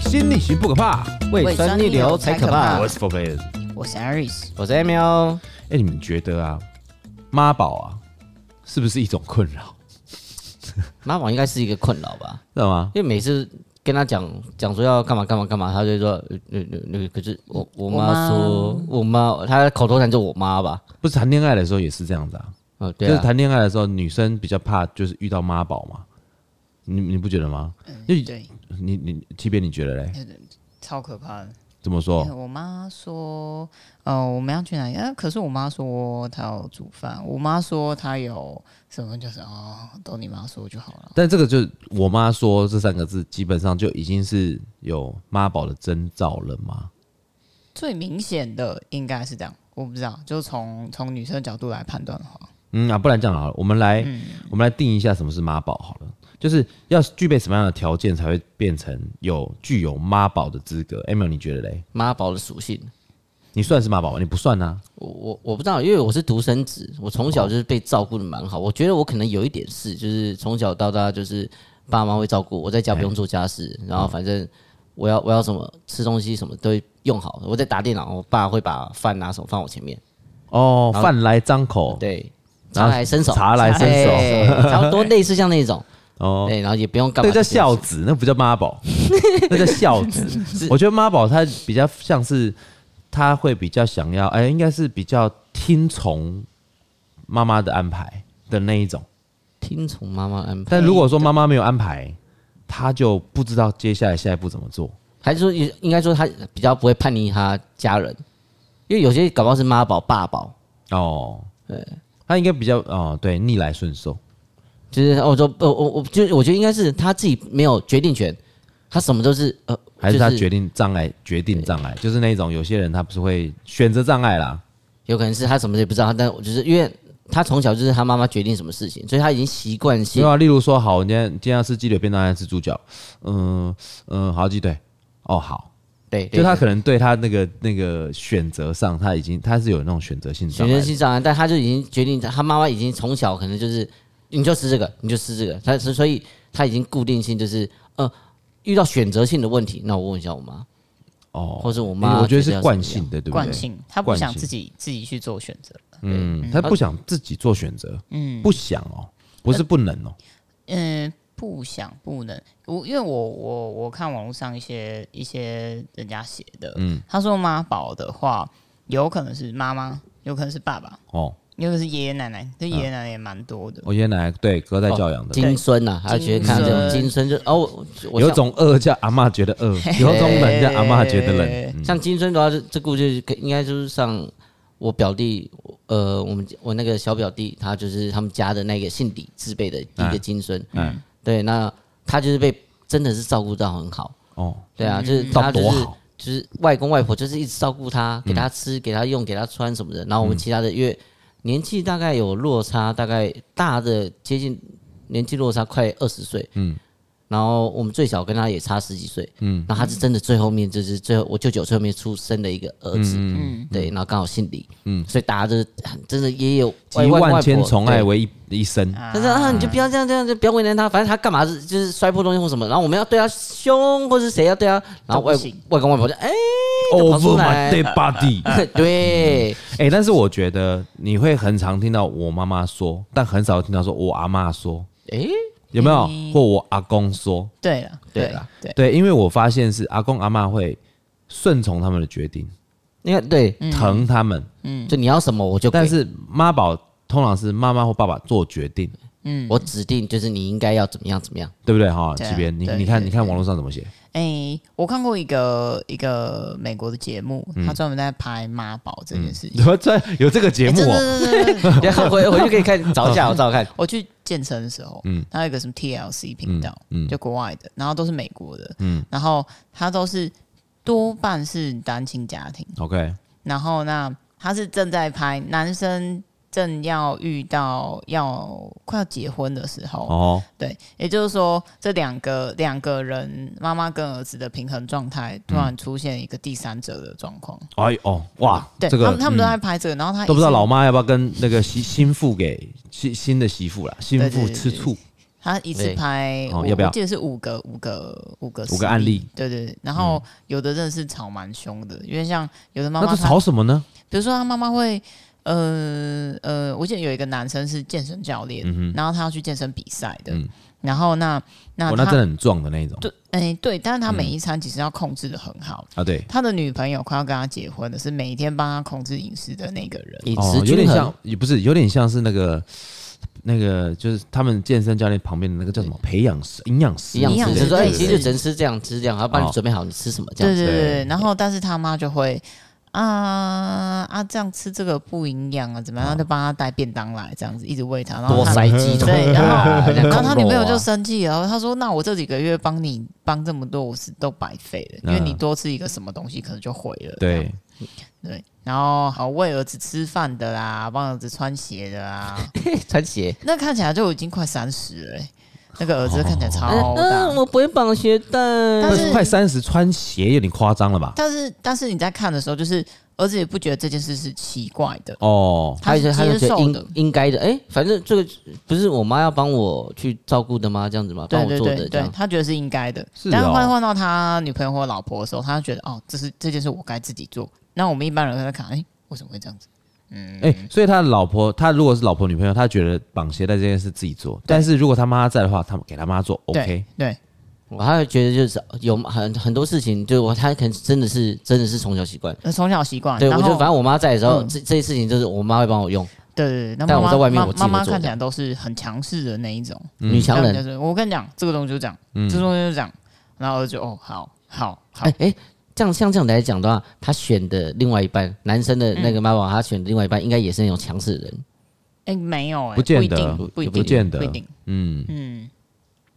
心逆袭不可怕。胃酸逆流才可怕啊我。是 For Players。我是 Aris，我是 a m i 哎、你们觉得啊，妈宝啊，是不是一种困扰？妈宝应该是一个困扰吧，知道吗？因为每次跟他讲讲说要干嘛干嘛干嘛，他就说呃那那那个可是我我妈说我妈，他口头禅就我妈吧，不是谈恋爱的时候也是这样子啊，嗯对就是啊，谈恋爱的时候，女生比较怕就是遇到妈宝嘛，你你不觉得吗？嗯因为对，你你 T 边你觉得嘞？超可怕的。怎么说因为？我妈说，呃，我们要去哪里？啊、可是我妈说她要煮饭，我妈说她有什么，就是哦，都你妈说就好了。但这个就我妈说这三个字，基本上就已经是有妈宝的征兆了嘛。最明显的应该是这样，我不知道，就从从女生角度来判断的话，嗯啊，不然这样好了，我们来、我们来定义一下什么是妈宝好了，就是要具备什么样的条件才会变成有具有妈宝的资格？Emil，你觉得嘞？妈宝的属性。你算是妈宝吗？你不算啊。我我我不知道，因为我是独生子，我从小就是被照顾的蛮好。我觉得我可能有一点是，就是从小到大就是爸妈会照顾我，我在家不用做家哎事，然后反正我要我要什么吃东西什么都会用好。我在打电脑，我爸会把饭拿手放我前面，哦，然后饭来张口，对，然茶后来伸手，茶来伸手手，差不多类似像那种，哦，对，然后也不用干那嘛，叫孝子，那不叫妈 宝，那叫孝子。我觉得妈宝他比较像是，他会比较想要，哎、应该是比较听从妈妈的安排的那一种。听从妈妈安排。但如果说妈妈没有安排，他就不知道接下来下一步怎么做。还是说也应该说他比较不会叛逆他家人，因为有些搞不好是妈宝爸宝。哦，对，他应该比较哦，对，逆来顺受。就是我说，呃，我我就是我觉得应该是他自己没有决定权，他什么都是呃，还是他决定，定障碍，决定障碍，就是那种有些人他不是会选择障碍啦，有可能是他什么也不知道，但我就是因为他从小就是他妈妈决定什么事情，所以他已经习惯对性。啊，例如说，好，我今天今天要吃鸡腿便当还是吃猪脚？嗯嗯，好鸡腿，哦好，对，对就他可能对他那个那个选择上，他已经他是有那种选择性对障选碍择的。性障碍，但他就已经决定，他妈妈已经从小可能就是你就吃这个，你就吃这个，他所以他已经固定性就是呃，遇到选择性的问题，那我问一下我妈，哦，或是我因为妈，我觉得是惯性，的，对不对？惯性，她不惯想性自己自己去做选择。嗯，他不想自己做选择，嗯，不想哦，不是不能哦，嗯，不想不能，我因为我我我看网络上一些一些人家写的，嗯，他说妈宝的话，有可能是妈妈，有可能是爸爸，哦，有可能是爷爷奶奶，这爷爷奶奶也蛮多的。我爷爷奶奶对隔哦代教养的，金孙呐，他觉得看这种金孙就哦，我嗯有像种饿叫阿嬷觉得饿，有种冷叫阿嬷觉得冷，嗯像金春的话，这这故事可应该就是像我表弟，呃，我们我那个小表弟，他就是他们家的那个姓李自备的一个金孙，嗯，对，那他就是被真的是照顾到很好，哦，对啊，就是到他就多是好，嗯就是外公外婆就是一直照顾他，给他吃，给他用，给他穿什么的，然后我们其他的因为年纪大概有落差，大概大的接近年纪落差快二十岁，嗯。然后我们最小跟他也差十几岁，嗯，然后他是真的最后面就是最后我舅舅最后面出生的一个儿子，嗯，对，然后刚好姓李，嗯，所以大家就是很真的也有集外外万外千婆宠对爱为一一身，他说啊，你就不要这样这样，就不要为难他，反正他干嘛是就是摔破东西或什么，然后我们要对他凶，或是谁要对他，然后外都不行外公外婆就哎、跑 Over 出 my 来 dead body。 对，哎、但是我觉得你会很常听到我妈妈说，但很少听到说我阿嬷说，哎、有没有？或我阿公说？对了，对了啦，对，对，因为我发现是阿公阿嬷会顺从他们的决定，你看对，嗯疼他们。就你要什么我就给，但是妈宝通常是妈妈或爸爸做决定，我指定就是你应该要怎么样怎 么样，对不对？哈，对啊这边你对你看对你看网络上怎么写？ 哎、我看过一个一个美国的节目，他专门在拍妈宝这件事情。有这有这个节哎目真哦、的真的真的 然后回回去可以看找一下，我找看，我去健身的时候，嗯，它有一个什么 TLC 嗯频道，就国外的，然后都是美国的，嗯，然后它都是多半是单亲家庭， OK，然后那他是正在拍男生正要遇到要快要结婚的时候，哦，对，也就是说这两个两个人妈妈跟儿子的平衡状嗯态突然出现一个第三者的状况，哎哦，哇，对，这他个们他们都嗯在拍这个，然后他都不知道一直老妈要不要跟那个媳新妇给新新的媳妇啦，新对对妇对吃对醋他一次对拍，哦我要不要我记得是五个五个五个五个实案例，嗯对对对。然后有的真的是吵蛮凶的，因为像有的妈那妈这她，吵什么呢？比如说她妈妈会，呃呃，我记得有一个男生是健身教练，嗯然后他要去健身比赛的，嗯然后那那哼，我他那真的很嗯壮的那一种对，哎、对，但是他每一餐其实要控制的很好。啊，对，他的女朋友快要跟他结婚的，是每一天帮他控制饮食的那个人。饮哦食，有均点衡像，，也不是，有点像是那个那个，就是他们健身教练旁边的那个叫什么培养师、营养师一样之类的，吃，师就说哎，对其实对就只能吃这样，吃这样，然后帮哦你准备好你吃什么这对样子。对对对，然后但是他妈就会啊啊这样吃这个不营养啊，怎么样？他就帮他带便当来，这样子一直喂他，然后多他塞几种对，然啊 后人家然后他控肉女朋友就啊生气了，他说：“那我这几个月帮你帮这么多，我是都白费了，因为嗯你多吃一个什么东西可能就毁了。”对，对，然后好为儿子吃饭的啦，帮儿子穿鞋的啦，穿鞋。那看起来就已经快三十了、欸，那个儿子看起来超大。嗯，我不会绑鞋带但但是是快三十穿鞋有点夸张了吧？但是但是你在看的时候，就是儿子也不觉得这件事是奇怪的，哦，他就他他是就接觉得受的应。应该的，哎、反正这个不是我妈要帮我去照顾的吗？这样子吗？帮对我对做对的这对样，。他觉得是应该的。是但是哦换换到他女朋友或老婆的时候，他就觉得哦，这是这件事我该自己做。那我们一般人会看，哎、为什么会这样子？哎、所以他的老婆，他如果是老婆女朋友，他觉得绑鞋带这件事自己做，但是如果他妈在的话，他给他妈做，OK，对我还会觉得就是有很很多事情，就我他可能真的是真的是从小习惯。对，呃从小习惯。对，我啊然就后反正我妈在的时候，嗯这这些事情就是我妈会帮我用，对对对，那但妈我妈在外面妈我自己妈会妈做看起的来都是很强势的那一种。嗯女强就人。嗯是我跟你讲，这个东西就这样，这个东西就这样。然后儿子就哦，好好好哎，哎、这样像这样来讲的话，她选的另外一半，男生的嗯那个妈妈，她选的另外一半应该也是那种强势人。哎、没有、哎，不见一定得不一也定，不见得不一定。嗯嗯，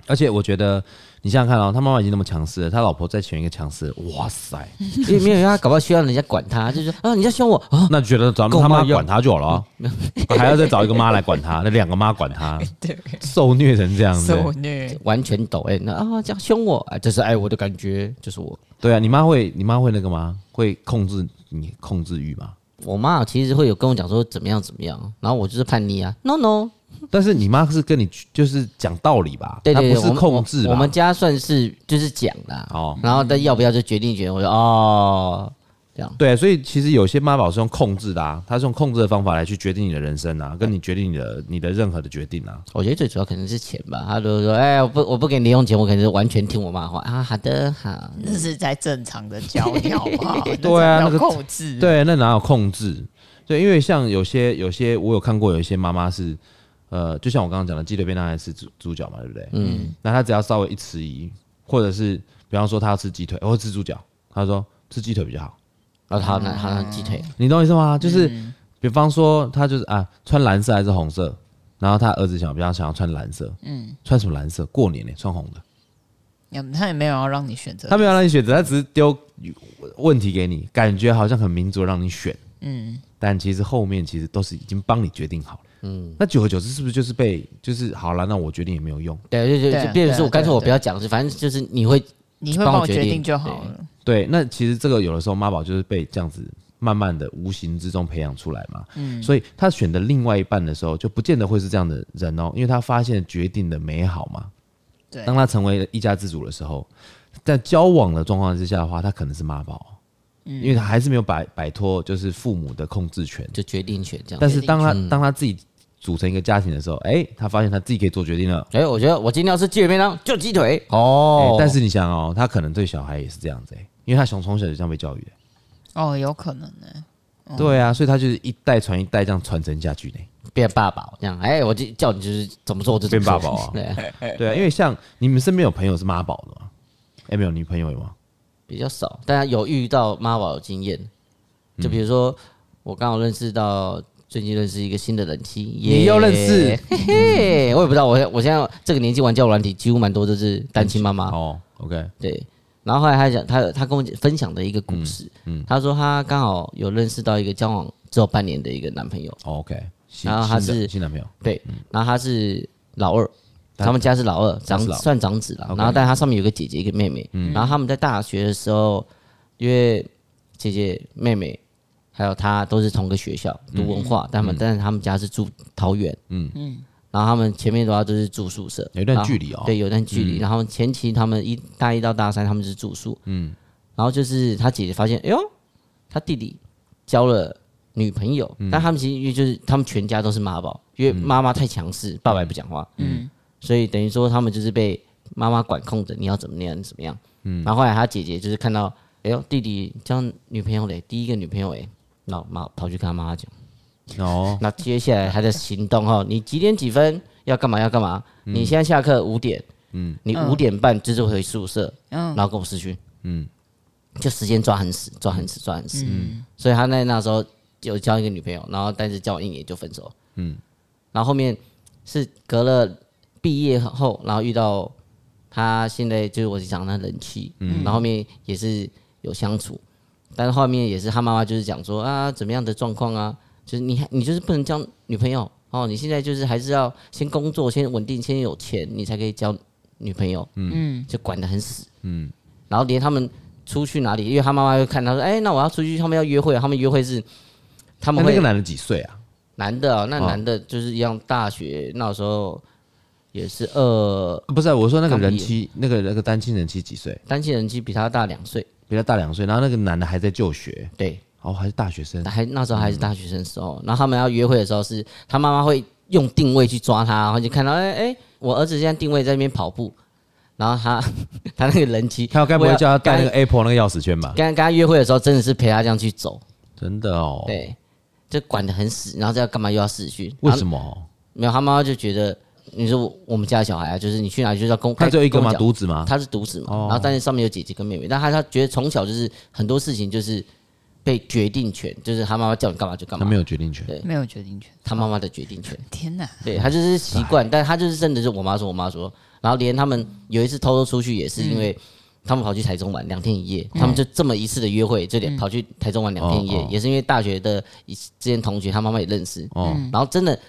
而且我觉得你想想看哦，他妈妈已经那么强势了，他老婆再选一个强势的，哇塞，因为没有因为她搞不好需要人家管她，就是说啊，你在凶我啊，那觉得咱们跟他我妈妈一样管他就好了 哦、还要再找一个妈来管他，那两个妈管他，对，受虐成这样子，受虐。完全抖 M 的啊，这样凶我啊，就是哎，我的感觉就是我。对啊，你妈会，你妈会那个吗？会控制你控制欲吗？我妈其实会有跟我讲说怎么样怎么样，然后我就是叛逆啊，no no，但是你妈是跟你就是讲道理吧，对她对对，不是我们控制吧我。我们家算是就是讲啦，哦然后但要不要就决定决定，我说哦，这样对，所以其实有些妈宝是用控制的啊，她是用控制的方法来去决定你的人生啊，跟你决定你的你的任何的决定啊。我觉得最主要可能是钱吧，他都说哎，我不我不给你零用钱，我可能是完全听我妈话啊，好的好，那是在正常的交流，好 不好？对啊那那才叫个控制。对，那哪有控制？对，因为像有些有些我有看过，有一些妈妈是，呃，就像我刚刚讲的，鸡腿便当还是猪猪脚嘛，对不对？嗯。那她只要稍微一迟疑，或者是比方说她要吃鸡腿或者吃猪脚，她说吃鸡腿比较好，然嗯后他拿他拿鸡腿，你懂我意思吗？就是、比方说她就是啊，穿蓝色还是红色，然后她儿子想比较想要穿蓝色，嗯，穿什么蓝色？过年呢、穿红的，嗯，他也没有要让你选择他。没有让你选择，他只是丢问题给你，感觉好像很民主让你选。嗯，但其实后面其实都是已经帮你决定好了。嗯，那久而久之是不是就是被就是好了？那我决定也没有用。对，就对就啊就变成是对啊我干脆对啊我不要讲，就反正就是你会你会帮帮我我决决定定就好了。对，那其实这个有的时候妈宝就是被这样子慢慢的无形之中培养出来嘛。嗯，所以他选的另外一半的时候，就不见得会是这样的人哦，因为他发现决定的美好嘛。对当他成为一家之主的时候，在交往的状况之下的话，他可能是妈宝，因为他还是没有摆摆脱就是父母的控制权。就决定权这样。但是当他当他自己组成一个家庭的时候，哎、他发现他自己可以做决定了。哎、我觉得我今天要吃鸡腿便当，就鸡腿哎哦、但是你想哦，他可能对小孩也是这样子、哎，因为他从从小就这样被教育、哦，有可能呢、哦哎对啊，所以他就是一代传一代这样传承下去呢、变爸爸这样，哎、我就叫你就是怎么做就怎变么做爸爸啊 对，对啊，因为像你们身边有朋友是妈宝的吗？哎、没有女朋友有吗？比较少，但他有遇到妈宝的经验，就嗯比如说、我刚好认识到最近认识一个新的人妻，你耶又认 识嘿嘿，我也不知道，我现我现在这个年纪玩交友软体，几乎蛮多都是单亲妈妈，哦，OK，对。然后后来他讲，他他跟我分享的一个故事，嗯他说他刚好有认识到一个交往只有半年的一个男朋友，哦，OK，新然后他新的是新男朋友，对，然后他是老二，他他们家是老二，他长是老二算长子了。 OK 嗯然后但他上面有个姐姐，一个妹妹。然后他们在大学的时候，因为姐姐、妹妹还有他都是同个学校读文化，但他们但是他们家是住桃园，嗯嗯，然后他们前面的话就是住宿舍，有一段然后距离哦啊对，有一段距离。然后前期他们一大一到大三他们是住宿，嗯嗯，然后就是他姐姐发现，哎呦，他弟弟交了女朋友，但他们其实因为就是他们全家都是妈宝，因为妈妈太强势，爸爸也不讲话，嗯，所以等于说他们就是被妈妈管控着，你要怎么样怎么样。嗯，然后后来他姐姐就是看到，哎呦，弟弟交女朋友嘞，第一个女朋友哎，然后妈跑去跟他妈讲，哦，那接下来他的行动哈，你几点几分要干嘛要干嘛？你现在下课五点，嗯，你五点半就是回宿舍，嗯然后跟我私讯，嗯，就时间抓很死，抓很死，抓很死，嗯，所以他那那时候有交一个女朋友，然后但是交往一年就分手，嗯，然后后面是隔了毕业后，然后遇到他现在就是我讲他人气，嗯，然后后面也是有相处，但是后面也是他妈妈就是讲说啊怎么样的状况啊，就是你还你就是不能交女朋友哦，你现在就是还是要先工作，先稳定，先有钱，你才可以交女朋友，嗯，就管得很死，嗯，然后连他们出去哪里，因为他妈妈会看他说，哎、那我要出去，他们要约会，他们约会是他那哎们那会个男的几岁啊？男的、哦，那哦男的就是一样大学那时候也是二不是啊、我说那个刚毕业人妻，那个那个单亲人妻几岁？单亲人妻比他大两岁，比他大两岁，然后那个男的还在就学，对，哦，还是大学生，还那时候还是大学生的时候，然后他们要约会的时候是，他妈妈会用定位去抓他，然后就看到，哎、哎、我儿子现在定位在那边跑步，然后他 他那个人妻，他该不会我要叫他带那跟个 Apple 那个钥匙圈吧？跟跟他约会的时候，真的是陪他这样去走，真的哦，对，就管得很死，然后再干嘛又要试训，为然后什么？哦没有？他妈妈就觉得。你说我我们家的小孩啊，就是你去哪里就是要公，他只有一个嘛嘛，，独子嘛，他是独子嘛，哦然后但是上面有姐姐跟妹妹，但他他觉得从小就是很多事情就是被决定权，就是他妈妈叫你干嘛就干他嘛没，有决定权。对没有决定权。他妈妈的决定权。天哪， 对他就是习惯，但他就是真的是我妈说，我妈说，然后连他们有一次偷偷出去也是因嗯为他们跑去台中玩两天一夜，他们就这么一次的约会，就连跑去台中玩两天一嗯哦夜哦，也是因为大学的一之前同学，他妈妈也认识，嗯哦，然后真的。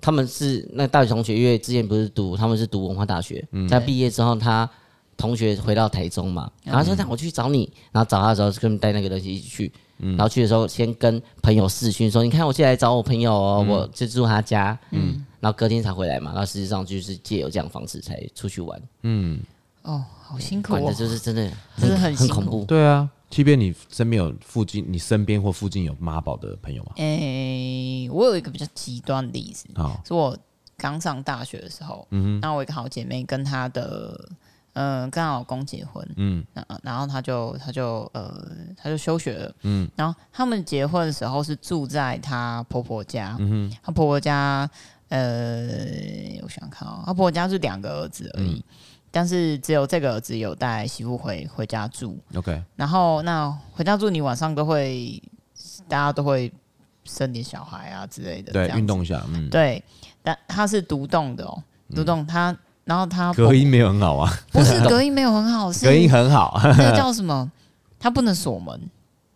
他们是那大学同学，因为之前不是读，他们是读文化大学。嗯在毕业之后，他同学回到台中嘛，然后说：“嗯那我去找你。”然后找他的时候，跟带那个东西一起去。嗯然后去的时候，先跟朋友视讯说：“你看，我现在来找我朋友哦，嗯我就住他家。”嗯，然后隔天才回来嘛。然后事实上就是借由这样方式才出去玩，哦，好辛苦管的哦，就是真的真的很很辛很苦恐怖。对啊，即便你身边有附近，你身边或附近有妈宝的朋友嘛，诶、我有一个比较极端的例子，好，是我刚上大学的时候，嗯然后我有一个好姐妹跟她的，嗯、跟她老公结婚，嗯然然后她就她就呃，她就休学了，嗯，然后他们结婚的时候是住在她婆婆家，嗯她婆婆家，呃，我想想看哦，她婆婆家是两个儿子而已，嗯但是只有这个儿子有带媳妇回回家住， ，OK，然后那回家住你晚上都会，大家都会生点小孩啊之类的，对这，样子运动一下，嗯，对，但它是独栋的哦，独栋它，然后它隔音没有很好 啊，不是隔音没有很好，是隔音很好啊那个叫什么？它不能锁门，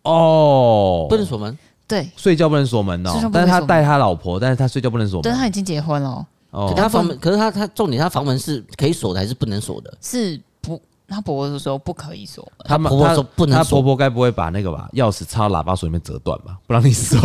哦，不能锁门，对，睡觉不能锁门睡哦觉，不但是能他锁门带他老婆，但是他睡觉不能锁但门，他已经结婚了哦，可哦是，他房门，可是他他重点，他房门是可以锁的还是不能锁的？是不？他婆婆就说不可 以锁门，他们婆婆他说不能他锁婆婆该不会把那个吧钥匙插到喇叭锁里面折断吧？不让你 锁，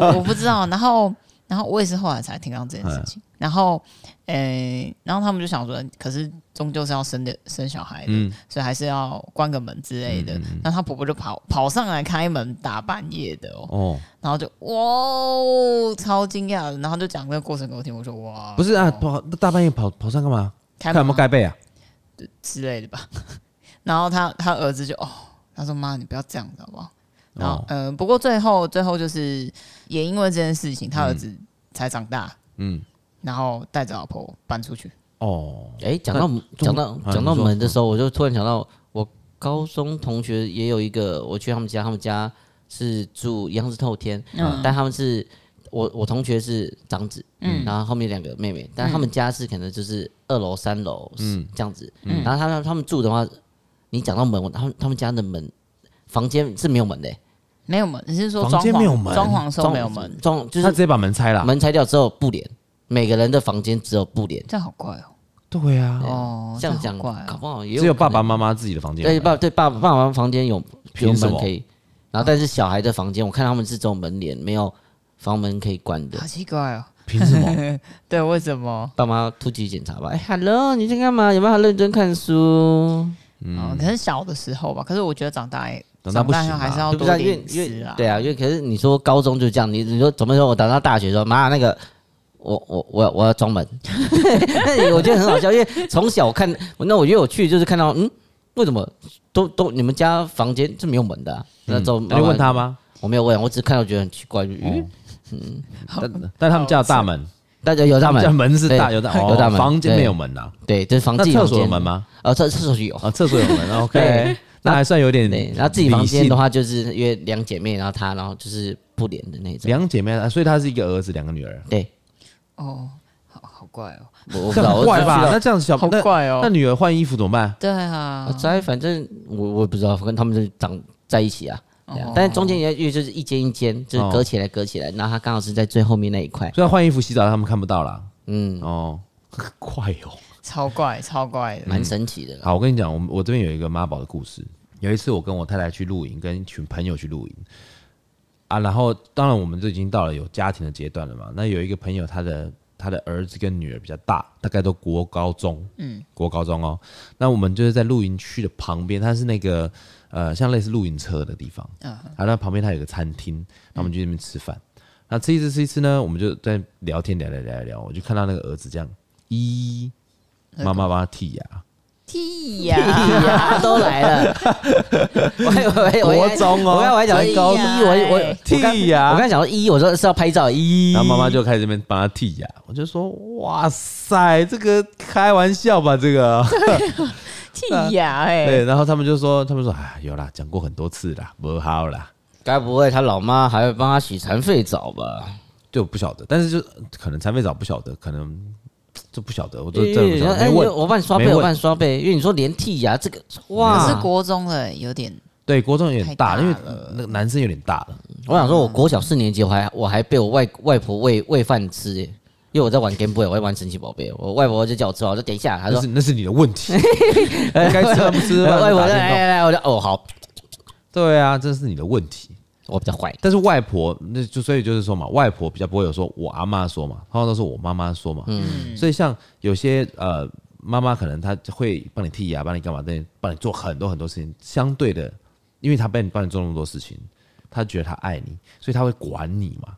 我我不知道。然后，然后我也是后来才听到这件事嗯情。然后，呃，然后他们就想说，可是终究是要生的生小孩的，嗯所以还是要关个门之类的。那她婆婆就跑跑上来开门，大半夜的哦。哦，然后就哇哦，超惊讶的，然后就讲那个过程给我听，我说哇，不是啊，跑大半夜跑跑上干嘛？开看有没有盖被啊？之类的吧。 然后他他儿子就哦，他说妈，你不要这样子好不好？然后哦，嗯、呃不过最后最后就是也因为这件事情，他儿子才长大，嗯，然后带着老婆搬出去。哦，哎、讲到讲到啊讲到你说门的时候，我就突然想到，我高中同学也有一个，我去他们家，他们家是住一样是透天，嗯但他们是我我同学是长子，嗯然后后面两个妹妹，但他们家是可能就是二楼三楼，嗯嗯，这样子，嗯然后他们他们住的话，你讲到门，我他们他们家的门房间是没有门的、没有门，你是说房装间潢没有门装潢的时候装没有门，装就他直是接把门拆了，门拆掉之后布帘，每个人的房间只有布帘，这样好怪哦。对啊，哦，这样好讲怪搞哦。不好也只有爸可能爸妈妈自己的房间有对门，爸对爸爸爸妈房间有有凭什门么可以，然后但是小孩的房间，我看他们是只有门帘，没有房门可以关的好。奇怪哦， 凭什么？对，为什么？爸妈突击检查吧。哎、h e l l o 你在干嘛？有没有认真看书？嗯，可是小的时候吧，可是我觉得长大也长大不行啊后还是要对不多对？因为点因吃为啊。对啊，因为可是你说高中就这样，你你说怎么说？我等到大学说，妈那个。我我我我要装门， 那我觉得很好笑，因为从小我看，那我因为我去就是看到，嗯，为什么都都你们家房间是没有门的、啊？那之后嗯你问他吗？哦我没有问，我只是看到觉得很奇怪，就嗯，但但他们家有大门，大家有 大门家，门是大对有大哦有大门房间对没有门呐。对，这是房那自己厕房所有间门？吗？呃，厕厕所是有，啊，厕所有门 ，OK 嗯对。那还算有点对，然后自己房间的话，话，就是因为两姐妹，然后她，然后就是不连的那种。两姐妹，啊所以她是一个儿子，两个女儿。对，哦，好好怪哦，我我不知这道，很我怪吧？只那这样小好那怪哦那哦女儿换衣服怎么办？对知道啊，在反正我我也不知道，跟他们就长在一起啊。对啊但是中间也也就是一间一间，哦就是隔起来隔起来，然后他刚好是在最后面那一块。所以她换衣服洗澡，他们看不到啦。嗯， 哦，快哦。超怪，超怪的。蛮神奇的 啦。好，我跟你讲，我们我这边有一个妈宝的故事。有一次我跟我太太去露营，跟一群朋友去露营啊，然后当然我们都已经到了有家庭的阶段了嘛。那有一个朋友，他的他的儿子跟女儿比较大，大概都国高中，嗯，国高中哦。那我们就是在露营区的旁边，它是那个呃像类似露营车的地方，嗯啊，那旁边它有个餐厅，那我们就在那边吃饭。那吃一吃吃一吃呢，我们就在聊天聊聊聊聊聊，我就看到那个儿子这样，咦，妈妈帮他剔牙。屁呀、 啊都来了，我还我还我国还中哦哎我还我还讲所以一高一，呀我还我我刚剔牙我刚讲到一，我说是要拍照一，然后妈妈就开始这边帮他剔牙，我就说：“哇塞，这个开玩笑吧，这个。屁呀、欸！”哎，对，啊然后他们就说：“他们说，哎，有啦，讲过很多次啦，不好啦，该不会他老妈还会帮他洗残废澡吧？就不晓得。但是就可能残废早不晓得，可能就不晓得，我就真的不对，晓得，哎，没问。我帮你刷没背，问我帮你刷背，因为你说连剔牙这个，可哇是，国中了，有点对，国中有点大，太大因为了那个男生有点大了。我想说，我国小四年级，我还我还被我外外婆喂喂饭吃耶，因为我在玩 Game Boy，我在玩神奇宝贝，我外婆就叫我吃完，我说等一下，她那说哎是那是你的问题，哎该吃饭不吃饭，打外婆说来电动来来，我就哦好，对啊，这是你的问题。我比较坏，但是外婆那就所以就是说嘛，外婆比较不会有说我阿妈说嘛，通常都是我妈妈说嘛。所以像有些呃妈妈可能她会帮你剔牙，帮你干嘛，但帮你做很多很多事情。相对的，因为她帮你帮你做那么多事情，她觉得她爱你，所以她会管你嘛，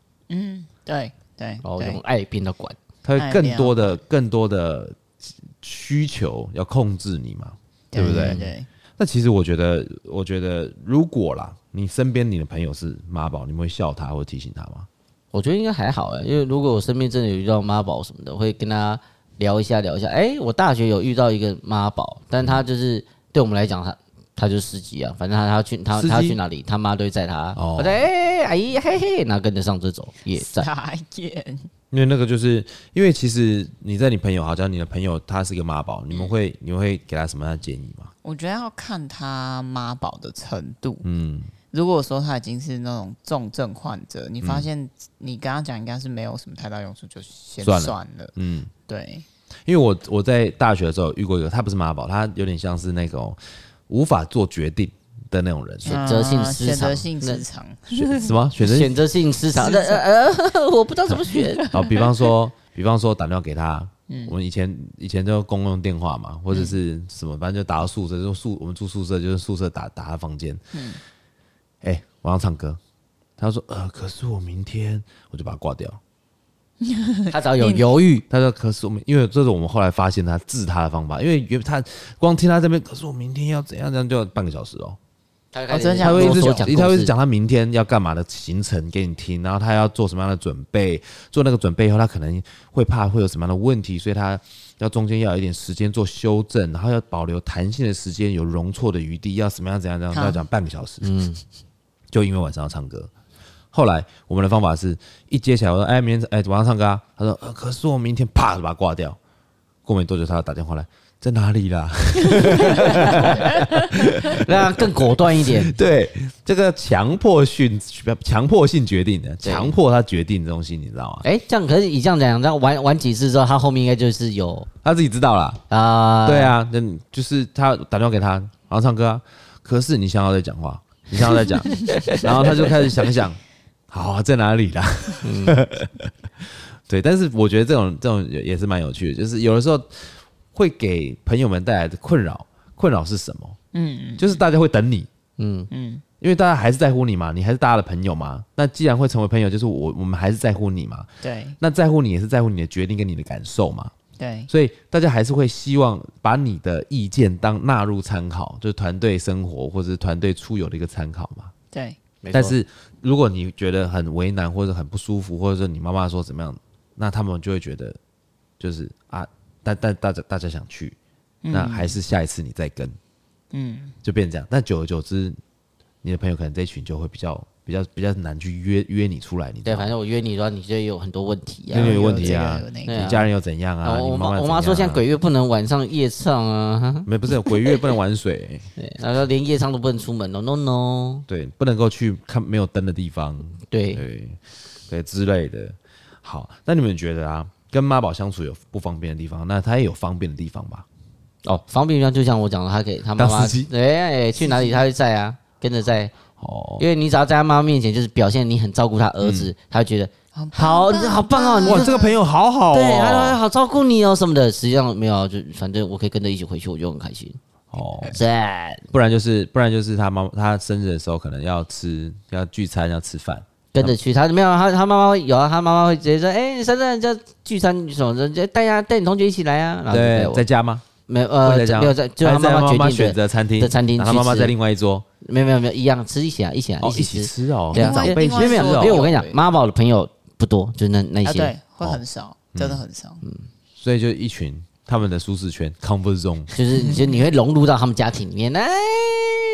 对对哦然后对用，爱变到管，她哎会更对啊多的更多的需求要控制你嘛，对不对？对，那其实我觉得，我觉得如果啦，你身边你的朋友是妈宝，你们会笑他或提醒他吗？我觉得应该还好哎，因为如果我身边真的有遇到妈宝什么的，我会跟他聊一下聊一下。哎、我大学有遇到一个妈宝，但他就是对我们来讲，他他就是司机啊，反正他他去他司机他去哪里，他妈都会载他。哦我说哎、阿姨嘿嘿，然后跟着上车走也在。傻眼，因为那个就是因为其实你在你朋友，好像你的朋友他是个妈宝，你们会你们会给他什么样的建议吗？我觉得要看他妈宝的程度。嗯，如果说他已经是那种重症患者，你嗯发现你跟他讲应该是没有什么太大用处，就先算了了嗯，对，因为我我在大学的时候有遇过一个，他不是妈宝，他有点像是那种无法做决定的那种人，选择性啊失选择常性失常， 选什么选择性选择性失常，呃呃，呃 我不知道怎么 选。然后哦比方说，比方说打电话给他，我们以前以前就公用电话嘛，或者是什么，反正就打到宿舍，就宿我们住宿舍，就是宿舍打打他房间。哎、我要唱歌，他说呃，可是我明天我就把他挂掉。他只要有犹豫，他说可是我们，因为这是我们后来发现他治他的方法，因为原他光听他这边，可是我明天要怎样怎样，就要半个小时哦、他哦真的假他的会一直讲讲，他会一直故事 讲他明天要干嘛的行程给你听，然后他要做什么样的准备，做那个准备以后，他可能会怕会有什么样的问题，所以他要中间要有一点时间做修正，然后要保留弹性的时间，有容错的余地，要什么样怎样怎样，好都要讲半个小时。嗯，就因为晚上要唱歌。后来我们的方法是一接起来，我说：“哎，明天哎晚上唱歌啊。”他说：“呃可是我明天啪就把它挂掉。”过没多久，他打电话来，在哪里啦？让他啊更果断 一点。对，这个强迫性、强迫性决定的，强迫他决定的东西，你知道吗？哎，这样可是以这样讲，这样玩玩几次之后，他后面应该就是有他自己知道啦。啊，对啊，那你就是他打电话给他，然后唱歌啊。可是你想要再讲话，你想要再讲，然后他就开始想一想，好、啊、在哪里啦？ 对，但是我觉得这种这种也也是蛮有趣的，就是有的时候会给朋友们带来的困扰，困扰是什么？嗯，就是大家会等你，嗯嗯，因为大家还是在乎你嘛，你还是大家的朋友嘛。那既然会成为朋友，就是我我们还是在乎你嘛。对那在乎你也是在乎你的决定跟你的感受嘛，对所以大家还是会希望把你的意见当纳入参考，就是团队生活或者是团队出游的一个参考嘛。对，没错但是如果你觉得很为难或者很不舒服，或者说你妈妈说怎么样，那他们就会觉得就是啊，但但大家大家想去，那还是下一次你再跟，嗯，就变成这样。但久而久之，你的朋友可能这一群就会比较比较比较难去约约你出来，你知对，道吗反正我约你的话，你就有很多问题因啊为。有问题有啊这个有，那个你家人又怎样啊啊？我你妈妈我妈说，现在鬼鬼月不能晚上夜唱啊，没不是鬼月不能玩水、 对，然后连夜唱都不能出门哦，no no，对，不能够去看没有灯的地方，对，对对之类的。好，那你们觉得啊，跟妈宝相处有不方便的地方，那他也有方便的地方吧？哦，方便就像我讲的，他给他妈当妈司机，哎，哎去哪里他会在啊，跟着在，哦，嗯因为你只要在他妈妈面前就是表现你很照顾他儿子，他会觉得好棒好你好棒哦，你哇，这这个朋友好好对，他说哦。好照顾你哦什么的，实际上没有啊，就反正我可以跟着一起回去，我就很开心。哦，赞，不然就是不然就是他妈他生日的时候可能要吃要聚餐要吃饭，跟着去，他没有他他妈妈会有啊，他妈妈会直接说，哎，珊珊这聚餐什么的，就带啊带你同学一起来啊，然后就带对，我在家吗？没有会呃在家吗没有在，就还他是在妈妈决定选的，择餐厅，的餐厅然后去他妈妈吃在另外一桌，没有没有没有一样吃一起啊，一起啊哦，一一起起吃，吃哦，对啊长辈一另起外吃一桌哦因为我跟你讲对，妈宝的朋友不多，就是那那啊，些嗯对，，会很少，嗯真的很少。所以就一群他们的舒适圈 comfort zone。 就是就你会融入到他们家庭里面，哎，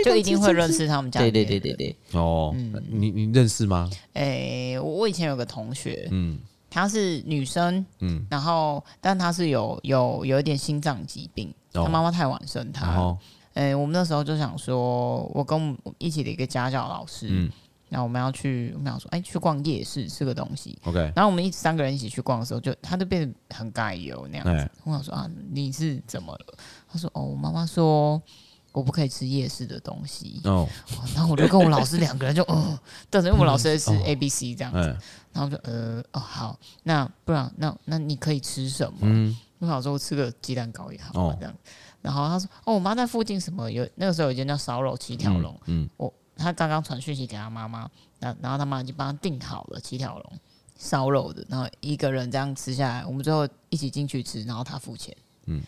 就一定会认识他们家。对对对对。对，哦，你你认识吗？哎，我我以前有个同学，嗯她是女生，嗯，然后但她是有有有一点心脏疾病，哦她妈妈太晚生然她。后哎，我们那时候就想说，我跟我们一起的一个家教老师嗯，那我们要去，我们想说，哎，去逛夜市吃个东西。 OK，然后我们一三个人一起去逛的时候，就他就变得很盖油那样子。哎我想说啊，你是怎么了？他说哦，我妈妈说我不可以吃夜市的东西。哦，哇然后我就跟我老师两个人就嗯，但是因为我老师在吃哦 A、B、C 这样子，嗯然后就呃哦好，那不然那那你可以吃什么？嗯，我想说吃个鸡蛋糕也好、啊哦这样。然后他说哦，我妈在附近什么有那个时候有一间叫烧肉七条龙，嗯，我他刚刚传讯息给他妈妈，然然后他妈已经帮他订好了七条龙烧肉的，然后一个人这样吃下来，我们最后一起进去吃，然后他付钱，嗯，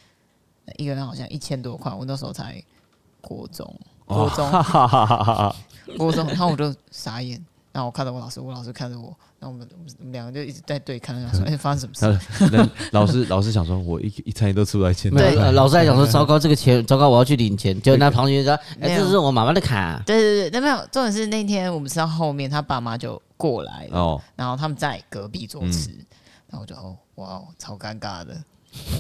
一个人好像一千多块，我那时候才国中，哦 国中、哈哈哈哈哈国中，然后我就傻眼，然后我看着我老师，我老师看着我，然后我们我们我们两个就一直在对看，然后说哎、发生什么事？哈，嗯那老师老师想说，我一一餐也都吃不到一千多没块，哦有呃老师还想说糟糕这个钱，糟糕我要去领钱，结果那旁边说，没哎，有这是我妈妈的卡，对对对，那没有，重点是那天我们吃到后面，他爸妈就过来了，哦，然后他们在隔壁桌吃，嗯然后我就哦，哇哦，超尴 尬的。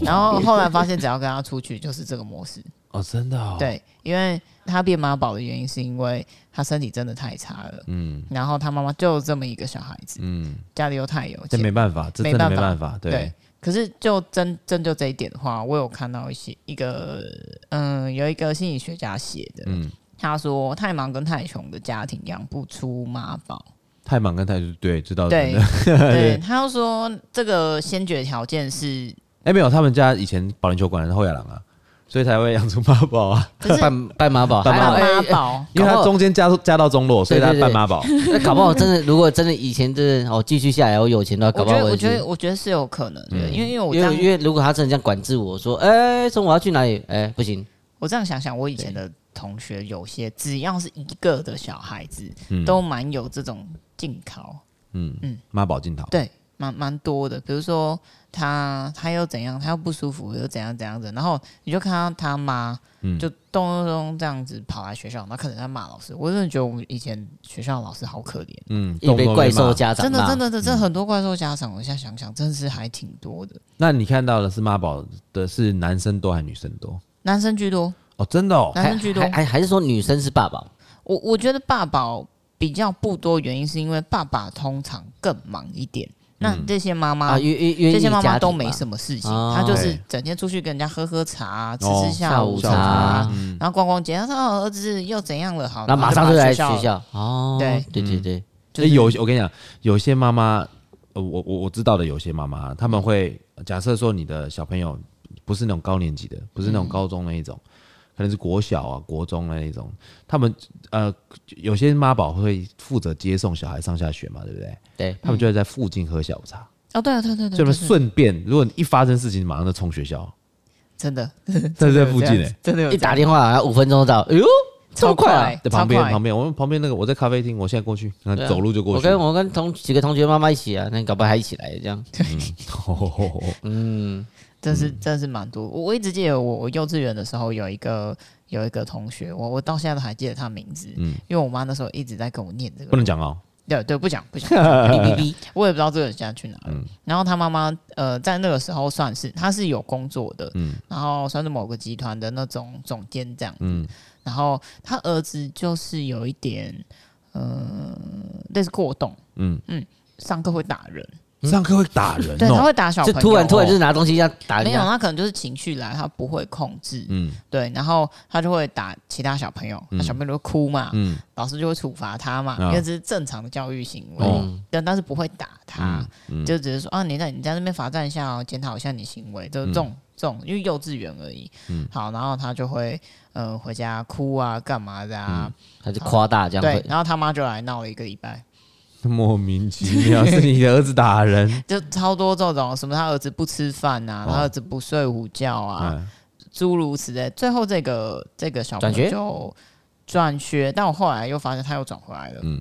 然后后来发现，只要跟他出去就是这个模式，哦，真的哦，，对，因为他变妈宝的原因是因为他身体真的太差了，嗯然后他妈妈就这么一个小孩子，嗯，家里又太有这钱，没办法，这没真的办没法办法，对，可是就针针就这一点的话，我有看到一些一个嗯，有一个心理学家写的，嗯，他说太忙跟太穷的家庭养不出妈宝，太忙跟太对，知道对哦真的 对，他又说这个先决条件是哎，没有，他们家以前保龄球馆是后亚郎啊，所以才会养出妈宝啊，可是半半妈宝，半还好妈哎妈哎宝，因为搞他不好中间加加到中落，所以他对对对扮妈 宝，那哎搞不好真的，如果真的以前真的哦继续下来，我有钱的话，搞我不觉好得我也觉是得我觉得是有可能的，因为因为我这因为因样为如果他真的这样管制我说，哎，中午我要去哪里？哎，不行，我这样想想，我以前的同学有些只要是一个的小孩子，嗯都蛮有这种禁考，嗯，妈宝镜头，对，蛮蛮多的。比如说他他又怎样，他又不舒服，又怎样怎样子，然后你就看到他妈嗯就咚咚咚这样子跑来学校，然后可能在骂老师。我真的觉得我们以前学校的老师好可怜。嗯，又动被不动怪就骂兽家长嗯真的，骂真的，真的，很多怪兽家长，我现在想想，真的是还挺多的，那你看到的是妈宝的是男生多还是女生多？男生居多。哦，真的哦，男生居多还还还是说女生是爸爸？我我觉得爸爸比较不多，原因是因为爸爸通常更忙一点。那这些妈妈、啊，约约约这些妈家妈庭都没嘛什么事情，哦她就是整天出去跟人家喝喝茶啊、吃哦吃下午午茶啊啊嗯然后逛逛街。她说：“哦，儿子又怎样了？”好，然后马上就就来学学，校。哦，对对对对，就是有我跟你讲，有些妈妈，我呃我我我知道的有些妈妈，他们会假设说你的小朋友不是那种高年级的，不是那种嗯高中那一种，可能是国小啊、国中那一种，他们呃有些妈宝会负责接送小孩上下学嘛，对不对？对，嗯他们就会在附近喝下午茶，哦，对啊，对对对，就对是对顺便，如果你一发生事情，马上就冲学校，真的，在真这的有附样近欸子诶、真的有一打这电样话好像五分钟到，哎呦，超超哎快啊！快在旁超边快旁边，我们旁边那个我在咖啡厅，我现在过去，然后对啊走路就过我去。跟我跟同几个同学妈妈一起啊，那搞不好还一起来这样。 嗯，这是这是蛮多。我我一直记得我我幼稚园的时候有一个有一个同学，我我到现在都还记得他名字， 嗯因为我妈那时候一直在跟我念这个，不能讲哦，对对，不讲不讲， 哔哔哔，我也不知道这个人现在去哪嗯了。然后他妈妈呃，在那个时候算是他是有工作的，嗯然后算是某个集团的那种总监这样子。嗯然后他儿子就是有一点呃类似过动，嗯，上课会打人，上课会打人嗯对，他哦，会打小就朋友，哦突然突然就是拿东西要打人啊没有，啊家，他可能就是情绪来，他不会控制，嗯对，然后他就会打其他小朋友，嗯那小朋友就会哭嘛，嗯老师就会处罚他嘛，啊因为这是正常的教育行为，哦嗯，但但是不会打他，嗯就只是说啊，你在你在那边罚站一下哦，检讨一下你行为，就是这种、这种，因为幼稚园而已，嗯好，然后他就会呃回家哭啊，干嘛的啊，嗯他就夸大这样对会，。然后他妈就来闹了一个礼拜，莫名其 妙是你的儿子打人，就超多这种什么他儿子不吃饭啊，哦他儿子不睡午觉啊，嗯诸如此类。最后这个这个小转朋友学就转学，但我后来又发现他又转回来了。嗯，